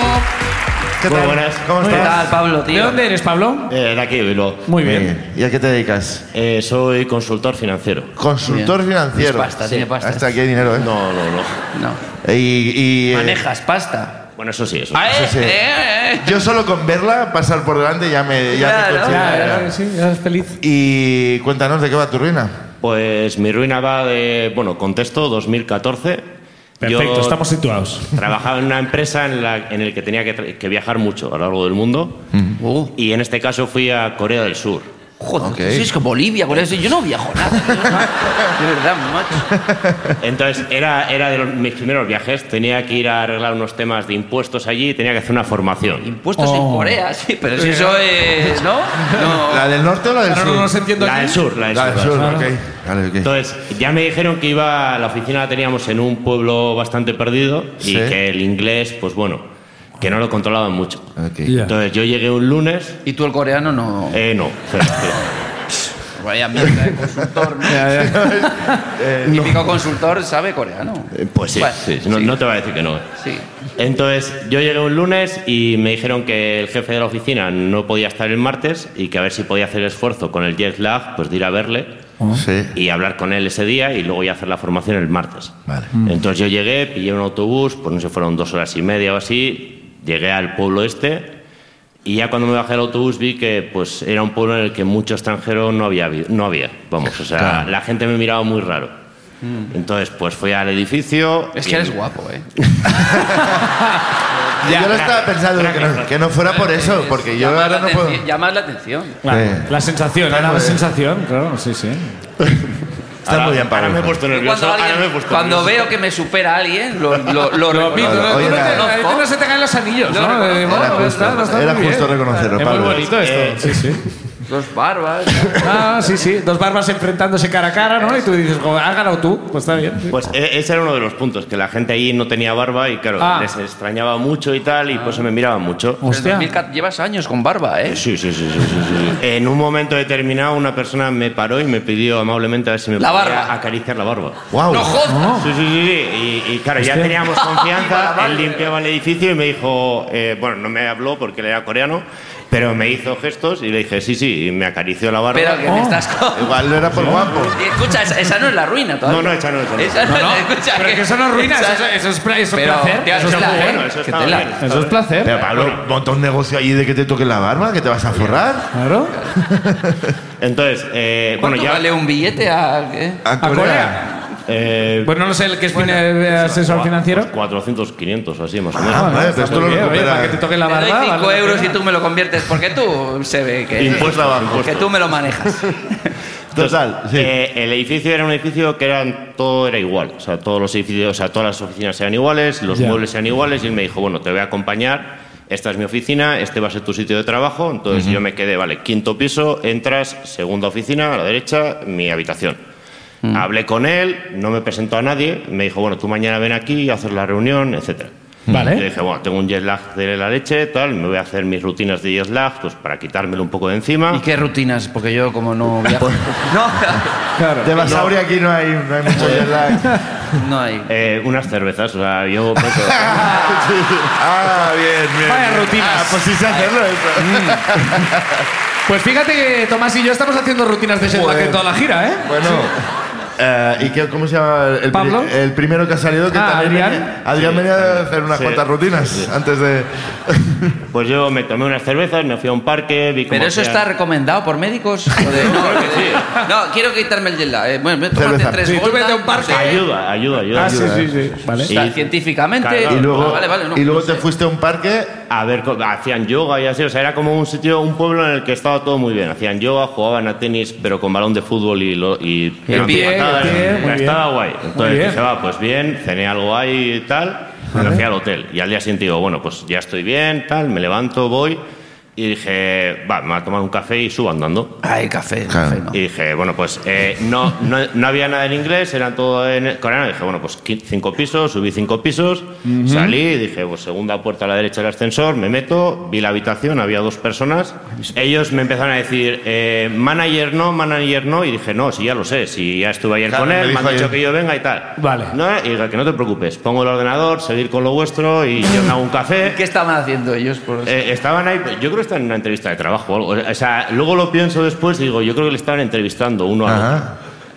Speaker 1: ¿Qué tal?
Speaker 10: buenas.
Speaker 1: ¿Cómo
Speaker 3: ¿Qué
Speaker 1: estás?
Speaker 3: tal, Pablo,
Speaker 2: ¿De
Speaker 3: tío?
Speaker 2: dónde eres, Pablo?
Speaker 10: Eh, de aquí, Bilbao.
Speaker 2: Muy bien.
Speaker 1: ¿Y a qué te dedicas?
Speaker 10: Eh, soy consultor financiero. Pues
Speaker 1: Consultor financiero.
Speaker 3: Es pasta, tiene pasta.
Speaker 1: Hasta aquí hay dinero, ¿eh?
Speaker 10: No, no, no.
Speaker 3: No.
Speaker 1: Y, y, eh,
Speaker 3: Manejas pasta.
Speaker 10: Bueno, eso sí, eso.
Speaker 3: Ah,
Speaker 1: sí,
Speaker 3: eh,
Speaker 1: sí.
Speaker 3: eh, eh.
Speaker 1: Yo solo con verla, pasar por delante, ya me, ya me
Speaker 3: Claro.
Speaker 1: considero-
Speaker 2: Ya, ya, sí, ya eres feliz.
Speaker 1: Y cuéntanos de qué va tu ruina.
Speaker 10: Pues mi ruina va de, bueno, contexto 2014.
Speaker 4: Perfecto,
Speaker 10: Yo
Speaker 4: estamos situados.
Speaker 10: Trabajaba en una empresa en la en el que tenía que, tra- que viajar mucho a lo largo del mundo
Speaker 3: Uh,
Speaker 10: y en este caso fui a Corea del Sur.
Speaker 3: joder,
Speaker 1: Mm. Ok.
Speaker 3: tú sois que Bolivia, con eso. Yo no viajo nada. tío. De verdad, macho.
Speaker 10: Entonces era, era de los- mis primeros viajes, tenía que ir a arreglar unos temas de impuestos allí y tenía que hacer una formación.
Speaker 3: Impuestos en
Speaker 2: Oh.
Speaker 3: Corea, sí, pero si eso es. ¿No? No.
Speaker 1: ¿La del norte o la del
Speaker 2: Claro,
Speaker 1: sur?
Speaker 2: no nos entiendo
Speaker 10: La
Speaker 2: aquí.
Speaker 10: del sur, la del
Speaker 1: La
Speaker 10: sur.
Speaker 1: del sur, ok. Vale, ok.
Speaker 10: Entonces, ya me dijeron que iba, la oficina la teníamos en un pueblo bastante perdido y
Speaker 1: Sí.
Speaker 10: que el inglés, pues bueno, que no lo controlaban mucho.
Speaker 1: Ok.
Speaker 10: Entonces yo llegué un lunes,
Speaker 3: Y tú el coreano no.
Speaker 10: eh, no, cero, cero.
Speaker 3: Vaya mierda de consultor, ¿no? Eh, Típico consultor sabe coreano.
Speaker 10: Eh, pues sí,
Speaker 3: Bueno,
Speaker 10: sí, No, no te va a decir que no.
Speaker 3: sí.
Speaker 10: Entonces yo llegué un lunes y me dijeron que el jefe de la oficina no podía estar el martes y que a ver si podía hacer esfuerzo con el jet lag, pues de ir a verle
Speaker 1: Sí.
Speaker 10: y hablar con él ese día y luego ya hacer la formación el martes.
Speaker 1: Vale.
Speaker 10: Entonces yo llegué, pillé un autobús, pues no sé, fueron dos horas y media o así, llegué al pueblo este y ya cuando me bajé del autobús vi que pues era un pueblo en el que mucho extranjero no había, habido- no había, vamos, o sea,
Speaker 1: Claro.
Speaker 10: la gente me miraba muy raro. Entonces pues fui al edificio...
Speaker 3: Es
Speaker 10: y-
Speaker 3: que eres guapo, ¿eh?
Speaker 1: yo lo estaba pensando que no, que no fuera por eso, porque yo
Speaker 3: Llamas
Speaker 1: ahora
Speaker 3: la
Speaker 1: no puedo.
Speaker 3: atención- Llamas la atención.
Speaker 2: Ah,
Speaker 4: Claro,
Speaker 1: Sí.
Speaker 4: La sensación,
Speaker 1: Claro,
Speaker 4: era la
Speaker 1: eh.
Speaker 4: sensación, claro, sí, sí.
Speaker 1: Está muy bien, Pablo.
Speaker 10: Ahora me he puesto
Speaker 3: Yo
Speaker 10: nervioso.
Speaker 3: Cuando,
Speaker 10: ahora
Speaker 3: alguien-
Speaker 10: me he puesto
Speaker 3: cuando
Speaker 10: nervioso.
Speaker 3: veo que me supera alguien, lo, lo, lo
Speaker 1: mismo,
Speaker 3: reconozco.
Speaker 1: ¿no? Oye,
Speaker 3: Lo
Speaker 1: nada.
Speaker 2: A
Speaker 3: reconozco.
Speaker 2: ti no se te caen los anillos,
Speaker 3: Yo
Speaker 2: ¿no?
Speaker 3: lo
Speaker 2: Eh,
Speaker 3: reconozco.
Speaker 1: Era
Speaker 2: bueno,
Speaker 1: justo,
Speaker 2: está- está
Speaker 1: era
Speaker 2: muy bien.
Speaker 1: justo reconocerlo,
Speaker 4: Es muy
Speaker 1: Pablo.
Speaker 4: bonito
Speaker 10: Eh,
Speaker 3: Eh,
Speaker 4: esto. Sí, sí.
Speaker 3: Los barbas.
Speaker 2: Ah, sí, sí. Dos barbas enfrentándose cara a cara, ¿no? Y tú dices, "Joder, has ganado tú. Pues está bien.
Speaker 10: Pues e- ese era uno de los puntos, que la gente allí no tenía barba y claro,
Speaker 2: Ah.
Speaker 10: les extrañaba mucho y tal, y pues se me miraban mucho.
Speaker 3: Ah. Desde 2014 llevas años con barba, ¿eh?
Speaker 10: Sí, sí, sí, sí, sí, sí. En un momento determinado una persona me paró y me pidió amablemente a ver si me
Speaker 3: La
Speaker 10: podía
Speaker 3: barba.
Speaker 10: acariciar la barba.
Speaker 1: Wow.
Speaker 3: ¡No jodas!
Speaker 10: Sí, sí, sí, sí. Y, y claro, ya teníamos confianza, él limpiaba el edificio y me dijo, eh, bueno, no me habló porque él era coreano, pero me hizo gestos y le dije, sí, sí, y me acarició la barba.
Speaker 3: Pero que
Speaker 2: Oh.
Speaker 3: me estás con...
Speaker 1: Igual no era por guapo.
Speaker 3: Y Escucha, esa, esa no es la ruina todavía.
Speaker 10: No, no, esa no, esa no.
Speaker 3: no,
Speaker 2: No,
Speaker 3: escucha,
Speaker 2: pero que eso no es ruina,
Speaker 3: esa-
Speaker 2: eso, es- eso es, pla- eso es
Speaker 3: Pero,
Speaker 2: placer.
Speaker 3: tía,
Speaker 2: eso,
Speaker 3: es
Speaker 2: es
Speaker 3: la-
Speaker 2: placer.
Speaker 10: bueno, eso
Speaker 3: Qué
Speaker 10: estaba
Speaker 3: tela.
Speaker 10: bien, estaba
Speaker 2: Eso es placer.
Speaker 1: Pero Pablo, un montón de negocio allí de que te toque la barba, que te vas a forrar.
Speaker 2: Claro.
Speaker 10: Entonces, eh, bueno,
Speaker 3: ¿Cuánto
Speaker 10: ya...
Speaker 3: vale un billete a...? qué?
Speaker 1: A
Speaker 2: ¿A
Speaker 1: Corea.
Speaker 2: Corea?
Speaker 10: eh,
Speaker 2: Pues no lo sé, el que es fin- eh, asesor
Speaker 10: cua-
Speaker 2: financiero.
Speaker 10: pues 400, 500 o así más o
Speaker 1: Ah,
Speaker 10: menos.
Speaker 1: vale, pero esto lo
Speaker 2: Oye, oye,
Speaker 1: recupera.
Speaker 2: para que te toque la
Speaker 3: Te
Speaker 2: barba.
Speaker 3: doy 5
Speaker 2: vale la
Speaker 3: euros y
Speaker 2: pena.
Speaker 3: tú me lo conviertes, porque tú se ve que...
Speaker 10: Impuesto abajo.
Speaker 3: Que
Speaker 10: impuesto.
Speaker 3: tú me lo manejas.
Speaker 1: Total, sí.
Speaker 10: Eh, el edificio era un edificio que eran, todo era igual. O sea, todos los edificios, o sea, todas las oficinas eran iguales, los
Speaker 4: Ya.
Speaker 10: muebles eran iguales. Y él me dijo, bueno, te voy a acompañar. Esta es mi oficina, este va a ser tu sitio de trabajo. Entonces yo me quedé, vale, quinto piso, entras, segunda oficina, a la derecha, mi habitación. Hablé con él, no me presentó a nadie. Me dijo, bueno, tú mañana ven aquí, haces la reunión, etcétera.
Speaker 4: Vale.
Speaker 10: Yo dije, bueno, tengo un jet lag de la leche, tal, me voy a hacer mis rutinas de jet lag, pues para quitármelo un poco de encima.
Speaker 3: ¿Y qué rutinas? Porque yo como no viajo... no,
Speaker 1: De Basauri aquí no hay, no hay mucho jet lag.
Speaker 3: no hay...
Speaker 10: Eh, unas cervezas, o sea, yo pues, eh, poco.
Speaker 1: Ah, bien, bien.
Speaker 2: Vaya
Speaker 1: bien.
Speaker 2: rutinas.
Speaker 1: Ah, pues sí sé hacerlo eso.
Speaker 2: Pues fíjate que Tomás y yo estamos haciendo rutinas de jet lag
Speaker 1: Joder.
Speaker 2: en toda la gira, ¿eh?
Speaker 1: Bueno. eh, ¿Y qué, cómo se llama el, pri-
Speaker 2: ¿Pablo?
Speaker 1: el primero que ha salido? Que
Speaker 2: Ah,
Speaker 1: también
Speaker 2: Adrián.
Speaker 1: venía- Adrián venía a hacer unas
Speaker 10: Sí.
Speaker 1: cuantas rutinas antes de.
Speaker 10: Pues yo me tomé unas cervezas, me fui a un parque, vi cómo
Speaker 3: ¿Pero eso
Speaker 10: hacían-
Speaker 3: está recomendado por médicos? O de- no, no, quiero quitarme el jet lag. Eh, bueno, me tomaste
Speaker 1: Cerveza.
Speaker 3: tres
Speaker 1: Sí,
Speaker 2: tú
Speaker 3: gotas,
Speaker 2: vete a un
Speaker 3: no
Speaker 2: parque.
Speaker 3: sé.
Speaker 10: Ayuda, ayuda, ayuda.
Speaker 2: Ah, sí,
Speaker 10: ayuda. eh.
Speaker 2: sí, sí. Vale.
Speaker 3: O sea,
Speaker 10: Y-
Speaker 3: científicamente...
Speaker 10: Claro.
Speaker 1: Y luego,
Speaker 3: Ah, vale, vale, no,
Speaker 1: y luego
Speaker 3: no
Speaker 1: te
Speaker 3: sé.
Speaker 1: fuiste a un parque.
Speaker 10: A ver, co- hacían yoga y así, o sea, era como un sitio, un pueblo en el que estaba todo muy bien. Hacían yoga, jugaban a tenis, pero con balón de fútbol y. Lo, y eran
Speaker 3: pie, el
Speaker 10: patadas.
Speaker 2: pie, muy
Speaker 10: O sea,
Speaker 2: bien.
Speaker 10: estaba guay.
Speaker 2: Muy
Speaker 10: Entonces
Speaker 2: bien.
Speaker 10: dije, va, pues bien, cené algo ahí y tal, me lo fui al hotel. Y al día siguiente digo, bueno, pues ya estoy bien, tal, me levanto, voy. Y dije, va, me voy a tomar un café y subo andando.
Speaker 3: Ay, Ah, café, café, no.
Speaker 10: Y dije, bueno, pues eh, no, no, no había nada en inglés, era todo en coreano. Y dije, bueno, pues qui- cinco pisos, subí cinco pisos, salí, y dije, pues segunda puerta a la derecha del ascensor, me meto, vi la habitación, había dos personas. Ellos me empezaron a decir, eh, manager no, manager no, y dije, no, si ya lo sé, si ya estuve ayer
Speaker 1: Claro,
Speaker 10: con
Speaker 1: me
Speaker 10: él, me
Speaker 1: dijo
Speaker 10: han dicho
Speaker 1: ayer.
Speaker 10: que yo venga y tal.
Speaker 2: Vale.
Speaker 10: No, y dije, que no te preocupes, pongo el ordenador, seguir con lo vuestro y yo me hago un café.
Speaker 3: ¿Qué estaban haciendo ellos? Por...
Speaker 10: Eh, estaban ahí, yo creo que están en una entrevista de trabajo o algo. O sea, luego lo pienso después y digo, yo creo que le estaban entrevistando uno a
Speaker 1: Ajá.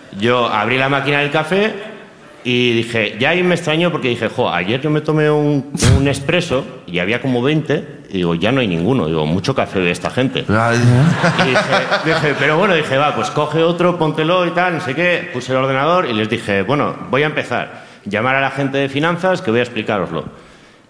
Speaker 10: otro. Yo abrí la máquina del café y dije, ya ahí me extrañó porque dije, jo, ayer yo me tomé un, un espresso y había como 20 y digo, ya no hay ninguno. Digo, mucho café de esta gente. Y dije, dije, pero bueno, dije, va, pues coge otro, póntelo y tal, no sé qué. Puse el ordenador y les dije, bueno, voy a empezar. Llamar a la gente de finanzas que voy a explicaroslo.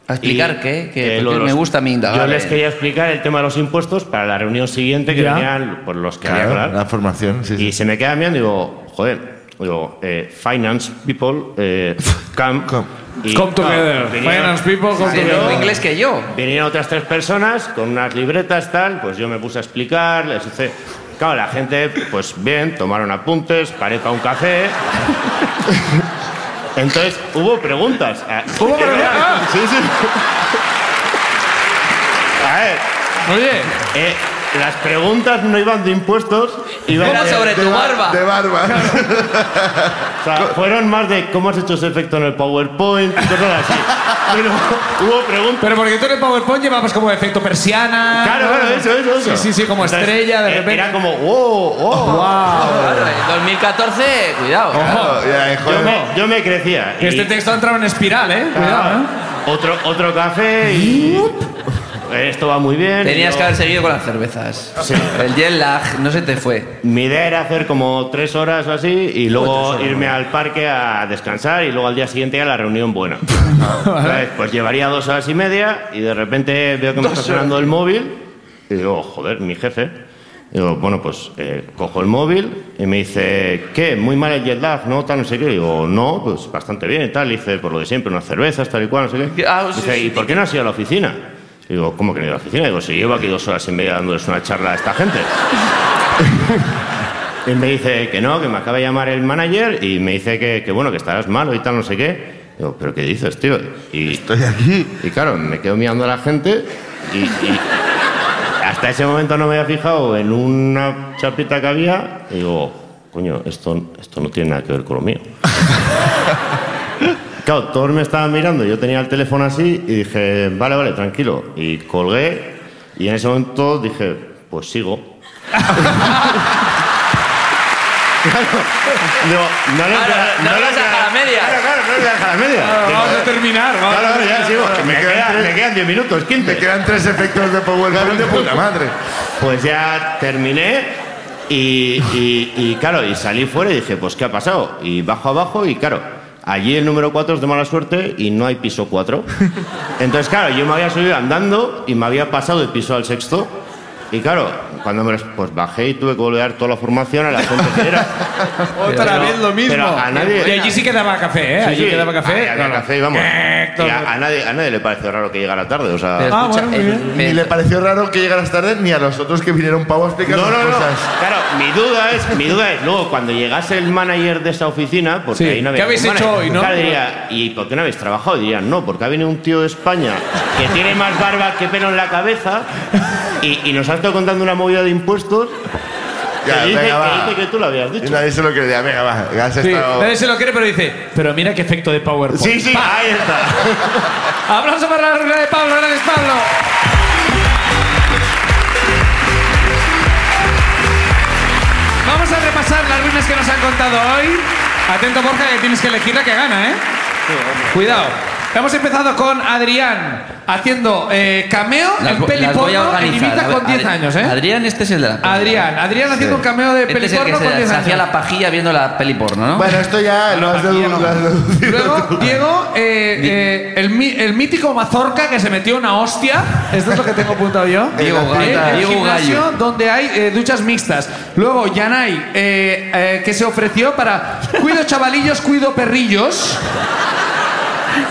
Speaker 3: ¿A explicar
Speaker 10: Y,
Speaker 3: qué?
Speaker 10: eh,
Speaker 3: Que
Speaker 10: lo de
Speaker 3: me
Speaker 10: los-
Speaker 3: gusta a mí indagar.
Speaker 10: Yo les
Speaker 3: en-
Speaker 10: quería explicar el tema de los impuestos para la reunión siguiente que
Speaker 2: Ya.
Speaker 10: venían por los que había que
Speaker 1: Claro,
Speaker 10: hablar.
Speaker 1: la formación, sí, sí.
Speaker 10: Y se me queda mirando y digo, joder, digo, eh, finance people, eh, come.
Speaker 1: Come.
Speaker 10: Y,
Speaker 4: Come together.
Speaker 10: claro, vinieron-
Speaker 4: Finance people, come
Speaker 10: Sí,
Speaker 3: en
Speaker 10: yo-
Speaker 3: inglés que yo.
Speaker 10: Vinieron otras tres personas con unas libretas, tal, pues yo me puse a explicar, les hice... Claro, la gente, pues bien, tomaron apuntes, paré para un café. Entonces, hubo preguntas. Ah,
Speaker 4: ¿Cómo
Speaker 10: era-
Speaker 4: para
Speaker 1: Sí, sí.
Speaker 10: A ver,
Speaker 4: Oye,
Speaker 10: eh, las preguntas no iban de impuestos, iban
Speaker 3: Era
Speaker 10: de-
Speaker 3: sobre
Speaker 1: De
Speaker 3: tu
Speaker 1: bar-
Speaker 3: barba.
Speaker 1: De barba.
Speaker 10: o sea, fueron más de cómo has hecho ese efecto en el PowerPoint y cosas así. Pero hubo preguntas.
Speaker 2: Pero porque tú en el PowerPoint llevabas como efecto persiana.
Speaker 10: Claro, claro, eso, eso, eso.
Speaker 2: Sí, sí, sí, como
Speaker 10: Entonces,
Speaker 2: estrella de
Speaker 10: eh,
Speaker 2: repente.
Speaker 10: Era como, wow, wow.
Speaker 3: Claro, en 2014, cuidado.
Speaker 1: Claro, ya,
Speaker 10: Yo
Speaker 1: joder.
Speaker 10: me, yo me crecía. y-
Speaker 2: Este texto ha entrado en espiral, ¿eh? Cuidado, ¿eh?
Speaker 10: otro, otro café y. Esto va muy bien.
Speaker 3: Tenías
Speaker 10: Yo-
Speaker 3: que haber seguido con las cervezas.
Speaker 10: Sí.
Speaker 3: El jet lag no se te fue. Pues
Speaker 10: Mi idea era hacer como tres horas o así y luego irme al parque a descansar y luego al día siguiente a la reunión buena. ¿Sabes? Pues llevaría dos horas y media y de repente veo que me está sonando el móvil y digo, "Oh, joder, mi jefe. Digo, bueno, pues eh, cojo el móvil y me dice, ¿qué? Muy mal el jet lag, ¿no? Tal, no sé qué. Digo, no, pues bastante bien y tal. Y dice, por lo de siempre, unas cervezas, tal y cual, no sé qué.
Speaker 3: Ah, sí,
Speaker 10: Dice,
Speaker 3: sí,
Speaker 10: ¿y por qué no has ido a la oficina? Digo, ¿cómo que no he ido a la oficina? Digo, si llevo aquí dos horas y media dándoles una charla a esta gente. Él me dice que no, que me acaba de llamar el manager y me dice que, que bueno, que estarás malo y tal, no sé qué. Digo, ¿pero qué dices, tío? Y,
Speaker 1: Estoy aquí.
Speaker 10: y claro, me quedo mirando a la gente y, y hasta ese momento no me había fijado en una chapita que había y digo, coño, esto, esto no tiene nada que ver con lo mío. claro, todos me estaban mirando, yo tenía el teléfono así y dije, vale, vale, tranquilo. Y colgué y en ese momento dije, pues sigo. Claro, digo, no lo
Speaker 3: Claro,
Speaker 10: he-
Speaker 3: no lo
Speaker 10: he
Speaker 3: has dejado a medias.
Speaker 10: Claro, claro, no lo he dejado a medias. Digo,
Speaker 4: vamos a terminar. Vamos
Speaker 10: Claro,
Speaker 4: a
Speaker 10: claro,
Speaker 4: terminar.
Speaker 10: ya sigo. Me, queda- me quedan 10 minutos, 15.
Speaker 1: Me quedan tres efectos de PowerPoint de puta madre.
Speaker 10: Pues ya terminé y, y- y, claro, y salí fuera y dije, pues ¿qué ha pasado? Y bajo abajo y claro, allí el número 4 es de mala suerte y no hay piso 4. Entonces, claro, yo me había subido andando y me había pasado el piso al sexto. Y claro, cuando me los- pues bajé y tuve que volver a dar toda la formación a la gente que era.
Speaker 2: Otra
Speaker 10: Pero-
Speaker 2: vez lo mismo.
Speaker 10: Pero a nadie...
Speaker 2: Y allí sí que daba café, ¿eh?
Speaker 10: Sí,
Speaker 2: allí
Speaker 10: sí.
Speaker 2: quedaba
Speaker 10: Ahí
Speaker 2: café. Eh,
Speaker 10: había
Speaker 2: No, no.
Speaker 10: café, vamos.
Speaker 2: Correcto.
Speaker 10: Y a, a nadie, a nadie le pareció raro que llegara tarde, o sea...
Speaker 3: Pero
Speaker 2: Ah,
Speaker 3: escucha,
Speaker 2: bueno, muy
Speaker 3: el-
Speaker 2: bien.
Speaker 3: me-
Speaker 1: Ni le pareció raro que llegaras tarde ni a los otros que vinieron pavo a explicar
Speaker 10: No,
Speaker 1: sus
Speaker 10: no, no.
Speaker 1: cosas.
Speaker 10: Claro, mi duda es, mi duda es, luego cuando llegase el manager de esa oficina, porque
Speaker 2: Sí.
Speaker 10: ahí no había
Speaker 2: ¿Qué habéis
Speaker 10: ningún
Speaker 2: hecho
Speaker 10: manager,
Speaker 2: hoy, no?
Speaker 10: claro, diría, ¿y por qué no habéis trabajado? Dirían, no, porque ha venido un tío de España que tiene más barba que pelo en la cabeza y, y nos ha estado contando una movida de impuestos que,
Speaker 1: Ya,
Speaker 10: dice,
Speaker 1: venga,
Speaker 10: que
Speaker 1: va.
Speaker 10: dice que tú lo habías
Speaker 1: Y
Speaker 10: dicho.
Speaker 1: nadie se lo creía. Venga, va. que Has
Speaker 2: Sí,
Speaker 1: estado...
Speaker 2: nadie se lo quiere, pero dice, pero mira qué efecto de PowerPoint.
Speaker 10: Sí, sí, ahí está.
Speaker 2: Aplauso para la reunión de Pablo, gracias Pablo. Vamos a repasar las ruinas que nos han contado hoy. Atento, Borja, que tienes que elegir la que gana, ¿eh? Cuidado. Hemos empezado con Adrián haciendo eh, cameo
Speaker 3: las
Speaker 2: en
Speaker 3: vo- las voy a
Speaker 2: peliporno en
Speaker 3: organizar.
Speaker 2: Ibiza
Speaker 3: A ver,
Speaker 2: con 10
Speaker 3: Adri-
Speaker 2: años, ¿eh?
Speaker 3: Adrián, este es el de la.
Speaker 2: Adrián, Adrián haciendo un cameo de
Speaker 3: Este es el que
Speaker 2: peliporno
Speaker 3: se,
Speaker 2: con 10
Speaker 3: se hacía
Speaker 2: años.
Speaker 3: la pajilla viendo la peli porno, ¿no?
Speaker 1: Bueno, esto
Speaker 2: Ah,
Speaker 1: ya lo has dedu- lo has deducido.
Speaker 2: Luego, Diego, eh, eh, el, mi- el mítico mazorca que se metió una hostia. Esto es lo que tengo apuntado yo.
Speaker 3: Diego
Speaker 2: Eh,
Speaker 3: Gallo.
Speaker 2: el
Speaker 3: Diego
Speaker 2: gimnasio
Speaker 3: Gallo.
Speaker 2: donde hay eh, duchas mixtas. Luego, Yanay, eh, eh, que se ofreció para cuido chavalillos, cuido perrillos.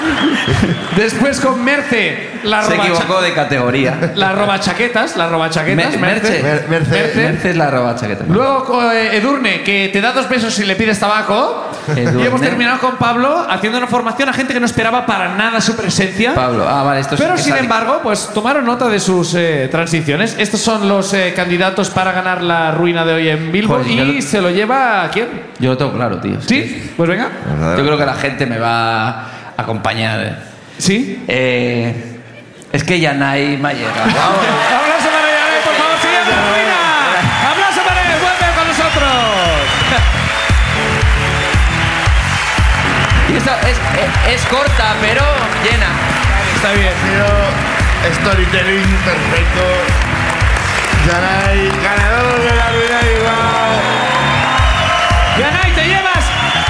Speaker 2: Después con Merce, la
Speaker 3: Se
Speaker 2: roba
Speaker 3: equivocó de categoría.
Speaker 2: La roba chaquetas, la roba chaquetas.
Speaker 3: Me- Merche.
Speaker 1: Mer- Merce.
Speaker 3: Merce es la roba chaqueta.
Speaker 2: Luego co- eh, Edurne, que te da dos besos si le pides tabaco.
Speaker 3: Edurne.
Speaker 2: Y hemos terminado con Pablo haciendo una formación a gente que no esperaba para nada su presencia.
Speaker 3: Pablo, ah, vale, esto sí
Speaker 2: Pero
Speaker 3: que
Speaker 2: sin
Speaker 3: sale.
Speaker 2: embargo, pues tomaron nota de sus eh, transiciones. Estos son los eh, candidatos para ganar la ruina de hoy en Bilbo.
Speaker 3: Joder, yo
Speaker 2: y
Speaker 3: lo-
Speaker 2: se lo lleva a quién?
Speaker 3: Yo lo tengo claro, tío.
Speaker 2: ¿Sí? Pues venga.
Speaker 3: Yo creo que la gente me va a acompañar.
Speaker 2: ¿Sí?
Speaker 3: Eh, es que Yanai me ha llegado.
Speaker 2: ¡Aplauso para Yanay, por favor! ¡Siguiente ruina! ¡Aplauso para él! ¡Vuelve con nosotros!
Speaker 3: Y eso es, Eh, es- es corta, pero llena.
Speaker 2: Está bien.
Speaker 1: Tío, storytelling perfecto. Yanai, ganador de la ruina de Bilbao.
Speaker 2: Yanay, te llevas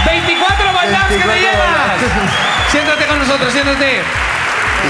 Speaker 2: 24 bailados que te
Speaker 1: 24
Speaker 2: llevas. Siéntate con nosotros, siéntate.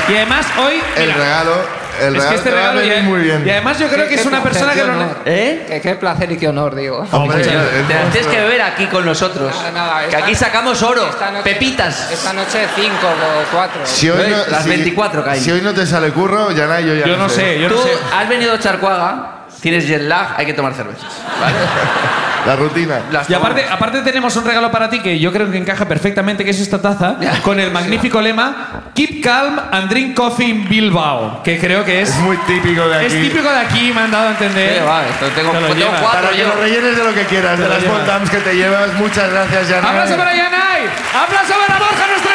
Speaker 2: Y además hoy...
Speaker 1: El
Speaker 2: mira,
Speaker 1: regalo, el
Speaker 2: es
Speaker 1: regalo
Speaker 2: que este
Speaker 1: te va a
Speaker 2: regalo
Speaker 1: venir
Speaker 2: ya-
Speaker 1: muy bien.
Speaker 2: Y además yo creo que es una persona que lo...
Speaker 3: ¿Eh?
Speaker 5: Qué, qué placer y qué honor, digo.
Speaker 1: Hombre, eh,
Speaker 3: Te
Speaker 1: el- el
Speaker 3: la tienes
Speaker 1: monstruo.
Speaker 3: que ver aquí con nosotros.
Speaker 5: Nada, nada,
Speaker 3: Que
Speaker 5: esta-
Speaker 3: aquí sacamos oro,
Speaker 5: Esta noche-
Speaker 3: pepitas.
Speaker 5: Esta noche cinco o cuatro.
Speaker 1: Si hoy no,
Speaker 3: Las
Speaker 1: si-
Speaker 3: 24 caen.
Speaker 1: Si hoy no te sale curro, Yanai, yo ya
Speaker 2: Yo no sé, yo
Speaker 3: Tú
Speaker 2: no sé.
Speaker 3: has venido a Charcuaga, tienes jet lag, hay que tomar cervezas.
Speaker 1: La rutina.
Speaker 3: Las
Speaker 2: Y
Speaker 3: tomas.
Speaker 2: aparte, aparte tenemos un regalo para ti que yo creo que encaja perfectamente, que es esta taza,
Speaker 3: Ya.
Speaker 2: con el magnífico lema Keep calm and drink coffee in Bilbao, que creo que es,
Speaker 1: Es muy típico de aquí.
Speaker 2: es típico de aquí, me han dado a entender.
Speaker 3: Eh, va, esto tengo,
Speaker 2: Te lo
Speaker 3: tengo
Speaker 2: llevas.
Speaker 3: cuatro
Speaker 1: Para que
Speaker 3: yo.
Speaker 1: lo rellenes de lo que quieras, de las
Speaker 2: llevas.
Speaker 1: bondams que te llevas. Muchas gracias, Yanai.
Speaker 2: ¡Aplauso para Yanay! ¡Aplauso para Borja, nuestro